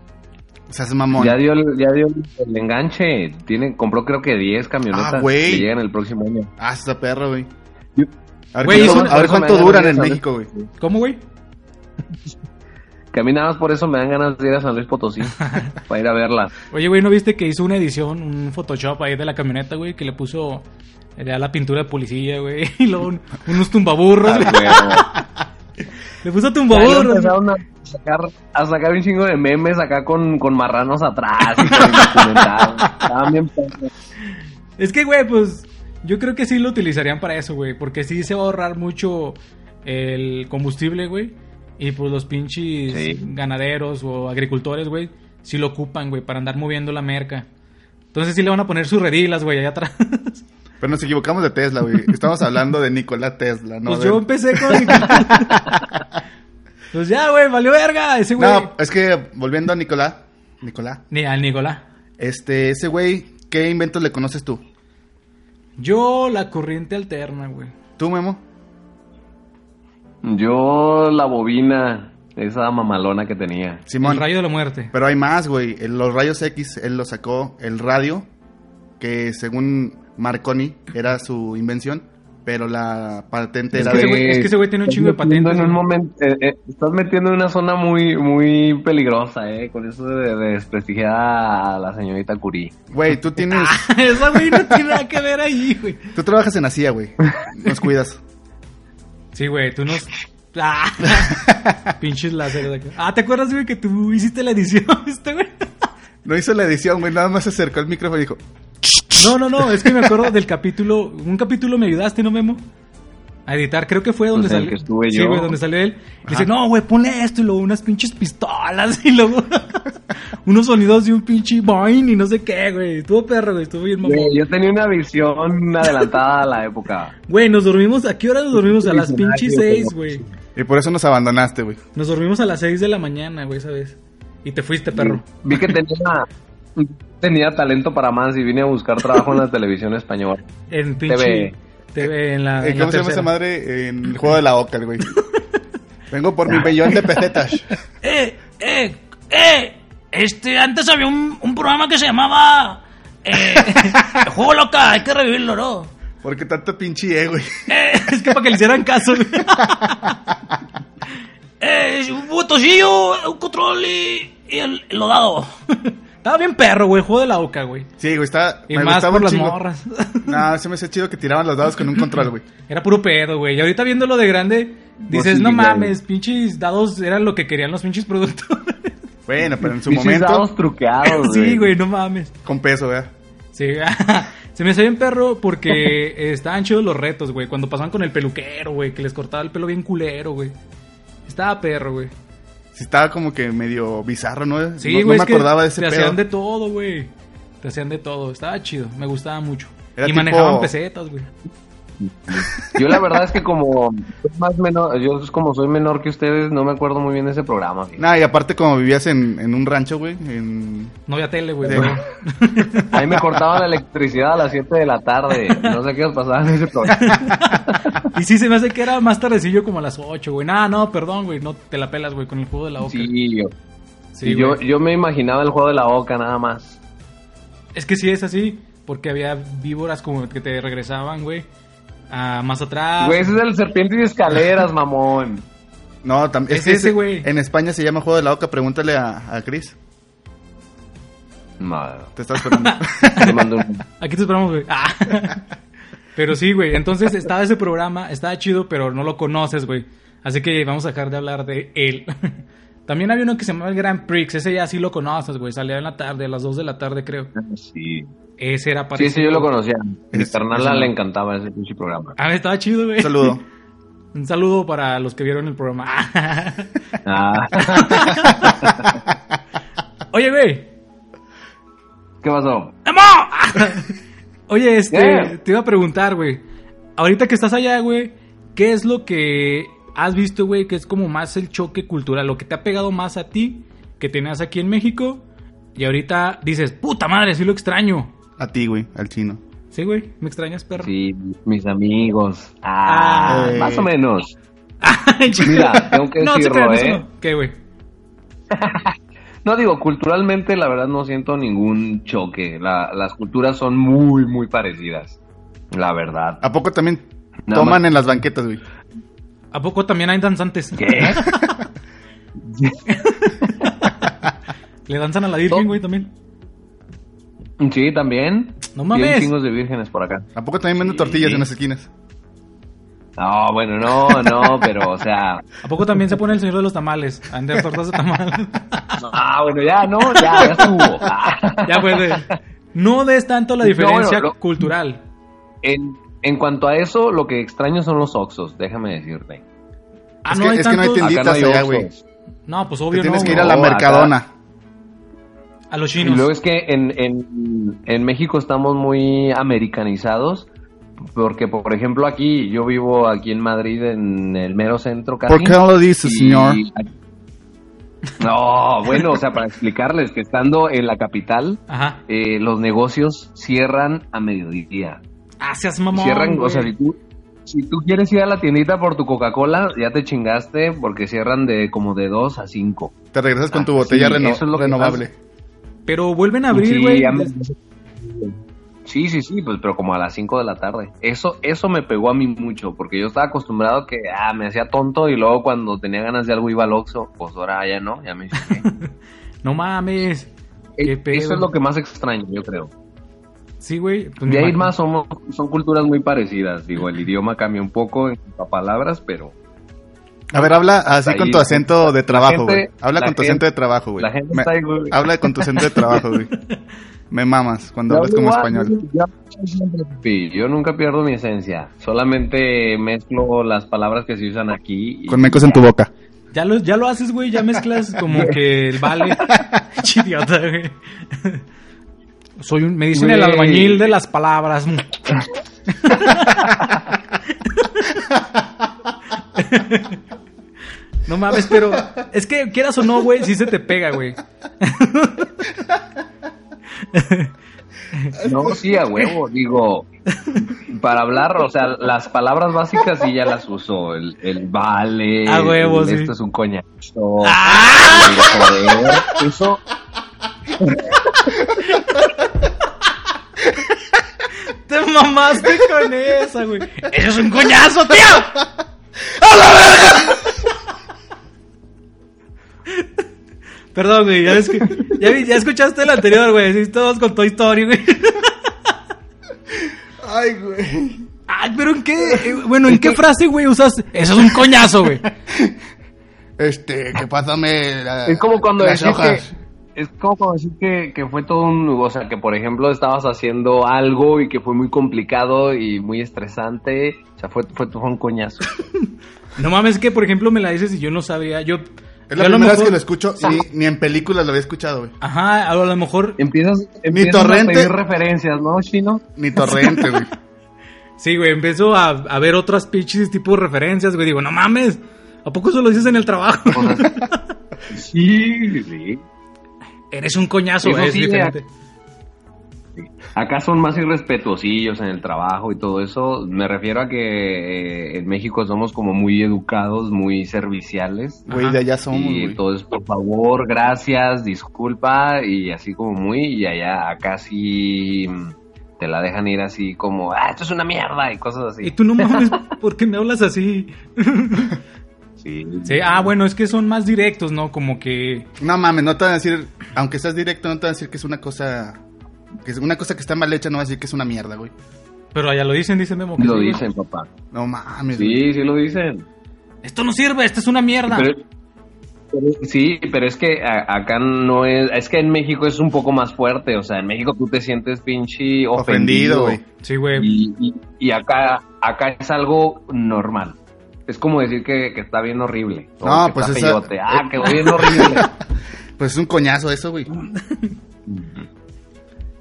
Speaker 4: Se hace mamón.
Speaker 3: Ya dio, el- ya dio el- el enganche. Tiene, compró creo que 10 camionetas
Speaker 4: Ah, güey.
Speaker 3: que llegan el próximo año.
Speaker 4: Ah, esa perra, güey.
Speaker 3: Yo-
Speaker 4: A ver,
Speaker 5: Güey,
Speaker 4: cuánto-
Speaker 5: es una-
Speaker 4: a ver
Speaker 3: por eso
Speaker 4: cuánto
Speaker 3: me da
Speaker 4: duran en
Speaker 3: vergüenza,
Speaker 4: México, güey.
Speaker 5: ¿Cómo, güey?
Speaker 3: Caminadas por eso me dan ganas de ir a San Luis Potosí para ir a verla.
Speaker 5: Oye, güey, ¿no viste que hizo una edición, un Photoshop ahí de la camioneta, güey, que le puso eh, ya la pintura de policía, güey, y luego un- unos tumbaburros,
Speaker 3: Ah,
Speaker 5: güey.
Speaker 3: güey.
Speaker 5: le puso
Speaker 3: Ya luego
Speaker 5: tumbaburros. güey.
Speaker 3: empezaron a sacar, a sacar un chingo de memes acá con, con marranos atrás. y con documentales. Estaban bien perros.
Speaker 5: Es que, güey, pues yo creo que sí lo utilizarían para eso, güey, porque sí se va a ahorrar mucho el combustible, güey, y pues los pinches
Speaker 3: Sí.
Speaker 5: ganaderos o agricultores, güey, sí lo ocupan, güey, para andar moviendo la merca. Entonces sí le van a poner sus redilas, güey, allá atrás.
Speaker 4: Pero nos equivocamos de Tesla, güey. Estamos hablando de Nikola Tesla, ¿no?
Speaker 5: pues
Speaker 4: de-
Speaker 5: yo empecé con... pues ya, güey, valió verga ese güey.
Speaker 4: No, es que volviendo a Nicolás. Nicolás.
Speaker 5: Ni al Nicolás.
Speaker 4: Este, ese güey, ¿qué inventos le conoces tú?
Speaker 5: Yo la corriente alterna, güey.
Speaker 4: ¿Tú, Memo?
Speaker 3: Yo la bobina, esa mamalona que tenía.
Speaker 4: Simón.
Speaker 5: El rayo de la muerte.
Speaker 4: Pero hay más, güey. El- Los rayos X, él lo sacó. El radio, que según Marconi era su invención, pero la patente
Speaker 5: Es
Speaker 4: era
Speaker 5: que, ese
Speaker 4: de...
Speaker 5: güey- es que ese güey tiene un
Speaker 3: Estás
Speaker 5: chingo de
Speaker 3: metiendo
Speaker 5: patentes,
Speaker 3: En un
Speaker 5: güey.
Speaker 3: momento, eh, eh, estás metiendo en una zona muy muy peligrosa, eh, con eso de, de desprestigiar a la señorita Curie.
Speaker 4: Güey, tú tienes...
Speaker 5: Esa güey no tiene nada que ver ahí, güey.
Speaker 4: Tú trabajas en la CIA, güey. Nos cuidas.
Speaker 5: Sí, güey, tú nos. Ah, pinches láseres acá. Ah, ¿te acuerdas, güey, que tú hiciste la edición, este güey?
Speaker 4: No hizo la edición, güey. Nada más se acercó al micrófono y dijo...
Speaker 5: No, no, no, es que me acuerdo del capítulo. Un capítulo me ayudaste, ¿no, Memo? a editar. Creo que fue donde
Speaker 3: Pues el
Speaker 5: salió.
Speaker 3: que estuve
Speaker 5: sí,
Speaker 3: yo.
Speaker 5: güey, donde salió él. Le dice, no, güey, ponle esto y luego unas pinches pistolas y luego unos sonidos y un pinche boing y no sé qué, güey. Estuvo perro, güey, estuvo bien mamón.
Speaker 3: Güey, yo tenía una visión adelantada a la época.
Speaker 5: Güey, nos dormimos, ¿a qué hora nos dormimos? A las pinches seis, güey.
Speaker 4: Y por eso nos abandonaste, güey.
Speaker 5: Nos dormimos a las seis de la mañana, güey, ¿sabes? Y te fuiste, perro.
Speaker 3: Vi que tenía, tenía talento para más y vine a buscar trabajo en la televisión española.
Speaker 5: En pinche...
Speaker 3: TV.
Speaker 5: TV, en la,
Speaker 4: Eh,
Speaker 5: Ah, en la
Speaker 4: ¿Cómo se llama esa
Speaker 5: tercera.
Speaker 4: madre? En el juego de la Oca, el güey. Vengo por
Speaker 5: Ah.
Speaker 4: mi millón de pesetas.
Speaker 5: ¡Eh! ¡Eh! ¡Eh! Este, antes había un, un programa que se llamaba. Eh, El Juego Loca, hay que revivirlo, ¿no?
Speaker 4: Porque tanto pinche eh, güey.
Speaker 5: Eh, es que para que le hicieran caso. eh, un botoncillo, un control y, y el, lo dado. Estaba bien perro, güey, juego de la boca, güey.
Speaker 4: Sí, güey, está.
Speaker 5: Y más
Speaker 4: gustaba
Speaker 5: por
Speaker 4: un
Speaker 5: las
Speaker 4: chingo.
Speaker 5: morras.
Speaker 4: No, se me hace chido que tiraban los dados con un control, güey.
Speaker 5: Era puro pedo, güey. Y ahorita viéndolo de grande, dices,
Speaker 3: sí,
Speaker 5: no
Speaker 3: güey.
Speaker 5: mames, pinches dados eran lo que querían los pinches productores.
Speaker 4: Bueno, pero en su
Speaker 3: Pinches
Speaker 4: momento,
Speaker 3: dados truqueados,
Speaker 5: sí, güey, no mames.
Speaker 4: con peso, ¿verdad?
Speaker 5: Sí, se me hacía bien perro porque eh, estaban chidos los retos, güey. Cuando pasaban con el peluquero, güey, que les cortaba el pelo bien culero, güey. Estaba perro, güey.
Speaker 4: Sí, estaba como que medio bizarro, ¿no?
Speaker 5: Sí,
Speaker 4: no,
Speaker 5: güey,
Speaker 4: no me
Speaker 5: es que
Speaker 4: acordaba de ese
Speaker 5: te
Speaker 4: pedo.
Speaker 5: hacían de todo, güey. Te hacían de todo. Estaba chido, me gustaba mucho.
Speaker 4: Era
Speaker 5: y
Speaker 4: tipo-
Speaker 5: manejaban pesetas, güey.
Speaker 3: Yo la verdad es que como soy más menor, yo pues, como soy menor que ustedes, no me acuerdo muy bien de ese programa. fíjate.
Speaker 4: Nah, y aparte, como vivías en, en un rancho, güey, en.
Speaker 5: No había tele, güey.
Speaker 4: Sí.
Speaker 5: pero-
Speaker 3: A mí me cortaban la electricidad a las 7 de la tarde. No sé qué os pasaba en ese programa.
Speaker 5: Y sí, se me hace que era más tardecillo como a las 8, güey. Nah, no, perdón, güey. No te la pelas, güey, con el juego de la boca.
Speaker 3: Sí, yo,
Speaker 5: Sí,
Speaker 3: yo,
Speaker 5: güey.
Speaker 3: yo me imaginaba el juego de la oca nada más.
Speaker 5: Es que sí es así, porque había víboras como que te regresaban, güey. a más atrás.
Speaker 3: Güey, ese es el serpiente y escaleras, mamón.
Speaker 4: No, también.
Speaker 5: Es ese, güey.
Speaker 4: En España se llama Juego de la Oca. Pregúntale a, a Chris.
Speaker 3: Madre.
Speaker 4: Te estás esperando.
Speaker 3: Te mando un-
Speaker 5: Aquí te esperamos, güey. Ah. Pero sí, güey. Entonces estaba ese programa, estaba chido, pero no lo conoces, güey. Así que vamos a dejar de hablar de él. También había uno que se llamaba el Grand Prix. Ese ya sí lo conoces, güey. Salía en la tarde, a las 2 de la tarde, creo.
Speaker 3: Sí.
Speaker 5: Ese era para.
Speaker 3: sí, sí, yo lo conocía. Mi
Speaker 4: Ese-
Speaker 3: carnala
Speaker 4: ese-
Speaker 3: le encantaba ese pinche programa.
Speaker 5: Ah, estaba chido, güey.
Speaker 4: Un saludo.
Speaker 5: Un saludo para los que vieron el programa. Ah.
Speaker 3: Ah,
Speaker 5: Oye, güey.
Speaker 3: ¿Qué pasó?
Speaker 5: ¡Amo! Oye, este,
Speaker 3: ¿Qué?
Speaker 5: te iba a preguntar, güey. Ahorita que estás allá, güey, ¿qué es lo que has visto, güey, que es como más el choque cultural, lo que te ha pegado más a ti que tenías aquí en México? Y ahorita dices, puta madre, sí lo extraño.
Speaker 4: A ti, güey, al chino.
Speaker 5: Sí, güey, me extrañas, perro.
Speaker 3: Sí, mis amigos. Ah,
Speaker 4: Ah.
Speaker 3: más o menos.
Speaker 5: Ay, chica.
Speaker 3: Mira, tengo que
Speaker 5: no, se
Speaker 3: decirlo,
Speaker 5: crean, eso
Speaker 3: ¿eh?
Speaker 5: no. ¿Qué, güey?
Speaker 3: No digo, culturalmente la verdad no siento ningún choque. La- las culturas son muy, muy parecidas. La verdad.
Speaker 4: ¿A poco también
Speaker 3: Nada
Speaker 4: toman
Speaker 3: más.
Speaker 4: en las banquetas, güey?
Speaker 5: ¿A poco también hay danzantes?
Speaker 3: ¿Qué?
Speaker 5: ¿Le danzan a la Virgen,
Speaker 3: No.
Speaker 5: güey, también?
Speaker 3: Sí, también.
Speaker 5: No
Speaker 3: Sí,
Speaker 5: mames.
Speaker 3: Hay chingos de vírgenes por acá.
Speaker 4: ¿A poco también venden tortillas en las esquinas?
Speaker 3: No, bueno, no, no, pero o sea.
Speaker 5: ¿A poco también se pone el señor de los tamales? A vender tortas de tamales.
Speaker 3: Ah, bueno, ya, no, ya, ya estuvo. Ah.
Speaker 5: Ya pues, güey. No des tanto la
Speaker 3: No,
Speaker 5: diferencia
Speaker 3: bueno, lo-
Speaker 5: cultural.
Speaker 3: En, en cuanto a eso, lo que extraño son los oxos, déjame decirte.
Speaker 5: Ah,
Speaker 4: Es
Speaker 5: no
Speaker 4: que-
Speaker 5: hay
Speaker 4: es que no hay
Speaker 5: tantos-
Speaker 4: tienda.
Speaker 3: Acá no hay
Speaker 4: Tienditas allá, güey.
Speaker 3: Oxxos.
Speaker 5: No, pues
Speaker 4: Te
Speaker 5: obvio
Speaker 4: tienes
Speaker 5: no.
Speaker 4: que ir
Speaker 5: güey.
Speaker 4: a la
Speaker 3: No,
Speaker 4: Mercadona.
Speaker 5: A los
Speaker 3: Y
Speaker 5: chinos.
Speaker 3: luego es que en, en, en México estamos muy americanizados, porque por ejemplo aquí, yo vivo aquí en Madrid, en el mero centro casi.
Speaker 4: ¿Por qué no lo dice,
Speaker 3: y-
Speaker 4: señor?
Speaker 3: No, bueno, o sea, para explicarles que estando en la capital,
Speaker 5: Ajá.
Speaker 3: eh, los negocios cierran a mediodía.
Speaker 5: Ah, seas mamón.
Speaker 3: cierran, o
Speaker 5: güey.
Speaker 3: sea, si tú, si tú quieres ir a la tiendita por tu Coca-Cola, ya te chingaste porque cierran de como de 2 a 5.
Speaker 4: Te regresas con tu
Speaker 3: Ah,
Speaker 4: botella
Speaker 3: sí,
Speaker 4: reno-
Speaker 3: eso es lo que
Speaker 4: renovable.
Speaker 5: Pero vuelven a abrir,
Speaker 3: Sí,
Speaker 5: güey.
Speaker 3: ya me- Sí, sí, sí, pues, pero como a las 5 de la tarde. Eso, eso me pegó a mí mucho, porque yo estaba acostumbrado que ah, me hacía tonto y luego cuando tenía ganas de algo iba al Oxxo, pues ahora ya no, ya me choqué.
Speaker 5: No mames. Qué
Speaker 3: Eh,
Speaker 5: pedo.
Speaker 3: Eso es lo que más extraño, yo creo.
Speaker 5: Sí, güey. pues,
Speaker 3: De
Speaker 5: me
Speaker 3: ahí
Speaker 5: imagino.
Speaker 3: más somos, son culturas muy parecidas. Digo, el idioma cambia un poco en cuanto a palabras, pero
Speaker 4: A ver, habla así con
Speaker 3: ahí.
Speaker 4: tu acento de trabajo,
Speaker 3: gente-
Speaker 4: güey. Habla
Speaker 3: la
Speaker 4: con tu
Speaker 3: gente-
Speaker 4: acento de trabajo, güey.
Speaker 3: la gente
Speaker 4: Me-
Speaker 3: está ahí, güey.
Speaker 4: Habla con tu acento de trabajo, güey. Me mamas cuando
Speaker 3: Yo
Speaker 4: hablas como
Speaker 3: igual,
Speaker 4: español.
Speaker 3: Yo, yo siempre, papi, yo nunca pierdo mi esencia. Solamente mezclo las palabras que se usan aquí. y-
Speaker 4: Con mecos en tu boca.
Speaker 5: Ya lo, ya lo haces, güey, ya mezclas como que el vale. Pinche Idiota, güey. Soy un, me dicen el
Speaker 3: Güey.
Speaker 5: albañil de las palabras. No mames, pero es que quieras o no, güey, sí se te pega, güey.
Speaker 3: No, sí, a huevo, digo. Para hablar, o sea, las palabras básicas sí ya las uso. El, el vale.
Speaker 5: A huevo,
Speaker 3: el
Speaker 5: sí. ¡Ah!
Speaker 3: Esto es un coñazo. el joder, Eso.
Speaker 5: Te mamaste con esa, güey. Eso es un coñazo, tío. Perdón, güey, ya ves que. Ya, vi- ya escuchaste el anterior, güey. Sí, todos con Toy Story, güey.
Speaker 4: Ay, güey.
Speaker 5: Ay, pero ¿en qué? eh, Bueno, ¿en qué frase, güey, usas? Eso es un coñazo, güey.
Speaker 4: Este, que pásame la-
Speaker 3: Es como cuando
Speaker 4: las
Speaker 3: decís
Speaker 4: hojas.
Speaker 3: que. Es como cuando decís que, que fue todo un. O sea, que por ejemplo estabas haciendo algo y que fue muy complicado y muy estresante. O sea, fue, fue, fue un coñazo.
Speaker 5: No mames, que por ejemplo me la dices y yo no sabría. Yo.
Speaker 4: Es la
Speaker 5: yo a
Speaker 4: primera vez
Speaker 5: mejor-
Speaker 4: que lo escucho y ni, ni en películas lo había escuchado, güey.
Speaker 5: Ajá, a lo mejor.
Speaker 3: Empiezas, empiezas
Speaker 4: torrente.
Speaker 3: a pedir referencias, ¿no, Chino?
Speaker 4: Ni torrente, güey.
Speaker 5: Sí, güey, empiezo a, a ver otras pinches tipo de referencias, güey. Digo, no mames. ¿A poco eso lo dices en el trabajo?
Speaker 3: O sea, sí, sí.
Speaker 5: Eres un coñazo,
Speaker 3: Eso
Speaker 5: es
Speaker 3: sí,
Speaker 5: diferente.
Speaker 3: Acá son más irrespetuosillos en el trabajo y todo eso. Me refiero a que eh, en México somos como muy educados, muy serviciales.
Speaker 4: Güey, de allá somos,
Speaker 3: y
Speaker 4: güey.
Speaker 3: entonces, por favor, gracias, disculpa, y así como muy, y allá acá sí mm, te la dejan ir así como, ah, esto es una mierda y cosas así.
Speaker 5: Y tú no mames, ¿por qué me hablas así?
Speaker 3: Sí.
Speaker 5: Sí, ah, bueno, es que son más directos, ¿no? Como que.
Speaker 4: No mames, no te van a decir, aunque seas directo, no te van a decir que es una cosa. Que es una cosa que está mal hecha, no vas a decir que es una mierda, güey.
Speaker 5: Pero allá lo dicen, dicen Memo. que
Speaker 3: Lo
Speaker 5: sí, güey.
Speaker 3: dicen, papá.
Speaker 4: No mames, güey.
Speaker 3: Sí, sí lo dicen.
Speaker 5: Esto no sirve, esto es una mierda.
Speaker 3: Pero- pero- sí, pero es que a- acá no es, es que en México es un poco más fuerte, o sea, en México tú te sientes pinche ofendido,
Speaker 4: Ofendido, güey.
Speaker 5: Sí, güey.
Speaker 3: Y, y- y acá, acá es algo normal. Es como decir que, que está bien horrible. o
Speaker 4: No,
Speaker 3: que
Speaker 4: pues
Speaker 3: está
Speaker 4: esa-
Speaker 3: feyote. Ah, que bien horrible.
Speaker 4: Pues es un coñazo eso, güey.
Speaker 3: Mm.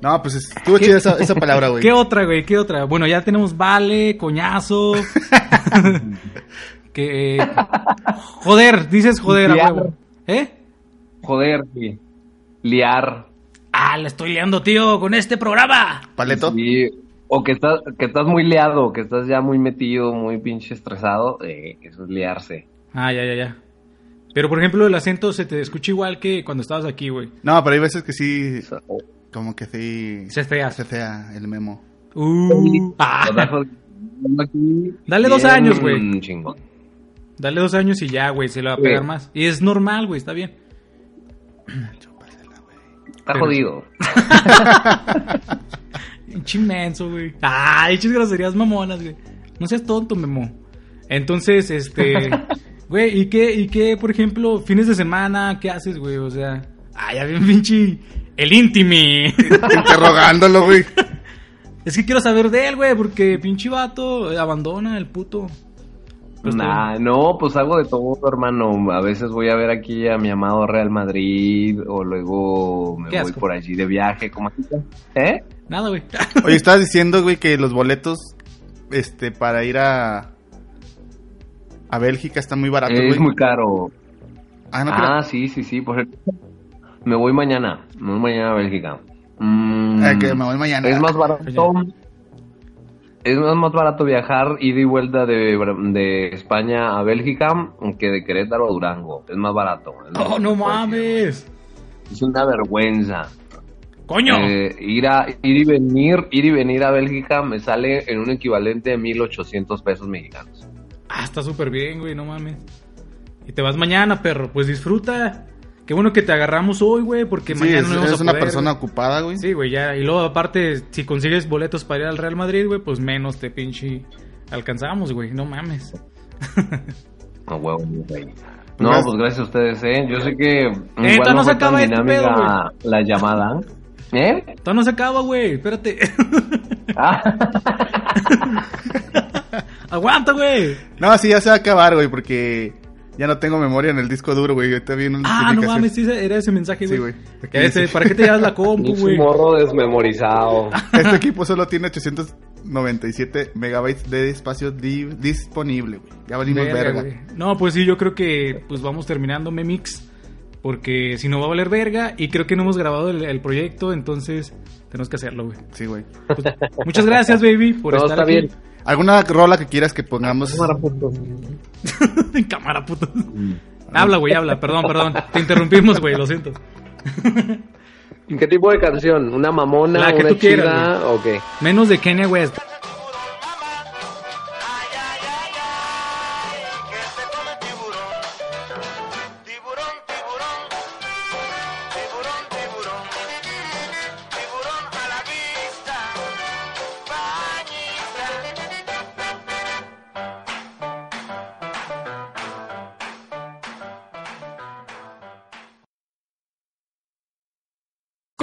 Speaker 4: No, pues estuvo chida esa, esa palabra,
Speaker 3: pues,
Speaker 4: güey.
Speaker 5: ¿Qué otra, güey? ¿Qué otra? Bueno, ya tenemos vale, coñazo. que. eh, Joder, dices joder, a
Speaker 3: Liar.
Speaker 5: huevo. ¿Eh?
Speaker 3: Joder, sí. liar.
Speaker 5: Ah, la estoy liando, tío, con este programa.
Speaker 4: Paleto.
Speaker 3: Sí. O que estás, que estás muy liado, que estás ya muy metido, muy pinche estresado. eh, eso es liarse.
Speaker 5: Ah, ya, ya, ya. Pero por ejemplo, el acento se te escucha igual que cuando estabas aquí, güey.
Speaker 4: No, pero hay veces que sí,
Speaker 3: O sea, o-
Speaker 4: como que sí.
Speaker 5: Se te
Speaker 4: Se
Speaker 5: hace.
Speaker 4: fea el memo.
Speaker 5: Uh, ah.
Speaker 3: o sea, aquí,
Speaker 5: Dale dos
Speaker 3: bien
Speaker 5: años, güey.
Speaker 3: Chingón.
Speaker 5: Dale dos años y ya, güey, se le va a pegar
Speaker 3: Sí.
Speaker 5: más. Y es normal, güey, está bien.
Speaker 3: Está
Speaker 5: Pero-
Speaker 3: jodido.
Speaker 5: Pinche inmenso, güey. Ah, pinches groserías mamonas, güey. No seas tonto, Memo. Entonces, este... Güey, ¿y qué, ¿y qué, por ejemplo, fines de semana, qué haces, güey? O sea... Ah, ya bien, pinche... El íntimi.
Speaker 4: Interrogándolo, güey.
Speaker 5: es que quiero saber de él, güey, porque pinche vato eh, abandona el puto. Pero está bien.
Speaker 3: Nah, no, pues hago de todo, hermano. A veces voy a ver aquí a mi amado Real Madrid o luego me
Speaker 5: Qué
Speaker 3: voy
Speaker 5: asco.
Speaker 3: por allí de viaje. como así. ¿Eh?
Speaker 5: Nada, güey.
Speaker 4: Oye, estabas diciendo, güey, que los boletos este, para ir a. A Bélgica están muy baratos,
Speaker 3: es
Speaker 4: güey.
Speaker 3: muy caro.
Speaker 4: Ah, no,
Speaker 3: ah,
Speaker 4: creo.
Speaker 3: sí, sí, sí. Por cierto, me voy mañana. Me voy mañana a Bélgica. Mm,
Speaker 4: Ah, que me voy mañana.
Speaker 3: Es más barato. Es más, más barato viajar ida y vuelta de, de España a Bélgica que de Querétaro a Durango. Es más barato. es lo
Speaker 5: No,
Speaker 3: que
Speaker 5: Oh, no
Speaker 3: te puedo decir.
Speaker 5: mames.
Speaker 3: Es una vergüenza.
Speaker 5: Coño.
Speaker 3: Eh, ir a ir y venir, ir y venir a Bélgica me sale en un equivalente de 1800 pesos mexicanos.
Speaker 5: Ah, está súper bien, güey, no mames. Y te vas mañana, perro. Pues disfruta. Qué bueno que te agarramos hoy, güey, porque
Speaker 4: Sí,
Speaker 5: mañana
Speaker 4: es,
Speaker 5: no vamos
Speaker 4: eres
Speaker 5: a
Speaker 4: una
Speaker 5: poder,
Speaker 4: persona
Speaker 5: güey.
Speaker 4: ocupada, güey.
Speaker 5: Sí, güey, ya. Y luego, aparte, si consigues boletos para ir al Real Madrid, güey, pues menos te pinche alcanzamos, güey. No mames.
Speaker 3: No huevo, mi rey. No,
Speaker 4: Gracias.
Speaker 3: pues gracias a ustedes, eh. Yo sé que
Speaker 5: todavía no se
Speaker 3: fue tan
Speaker 5: acaba este
Speaker 3: dinámica
Speaker 5: pedo,
Speaker 3: la llamada.
Speaker 6: ¿Eh?
Speaker 5: Todavía no se acaba, güey. Espérate.
Speaker 6: Ah,
Speaker 5: Aguanta, güey.
Speaker 4: No, sí, ya se va a acabar, güey, porque ya no tengo memoria en el disco duro, güey. Ahorita vi una
Speaker 5: Ah, no
Speaker 4: notificación.
Speaker 5: mames, sí, era ese mensaje,
Speaker 4: Sí,
Speaker 5: güey.
Speaker 4: güey.
Speaker 5: Que ese, ¿Para qué te llevas la compu,
Speaker 3: Un
Speaker 5: güey?
Speaker 3: morro desmemorizado.
Speaker 4: Este equipo solo tiene 897 megabytes de espacio di- disponible, güey. Ya valimos
Speaker 5: Verga,
Speaker 4: verga.
Speaker 5: güey. No, pues sí, yo creo que pues vamos terminando Memix. Porque si no va a valer verga. Y creo que no hemos grabado el, el proyecto. Entonces tenemos que hacerlo, güey.
Speaker 4: Sí, güey.
Speaker 5: Pues, muchas gracias, baby, por
Speaker 3: Todo
Speaker 5: estar
Speaker 3: está
Speaker 5: aquí.
Speaker 4: ¿Alguna rola que quieras que pongamos?
Speaker 5: en cámara, puto.
Speaker 3: Mm.
Speaker 5: habla, güey, habla. Perdón, perdón. Te interrumpimos, güey, lo siento.
Speaker 3: ¿Qué tipo de canción? ¿Una mamona?
Speaker 5: La que
Speaker 3: ¿Una
Speaker 5: tú quieras,
Speaker 3: chida? ¿O qué?
Speaker 5: Menos de Kenya West.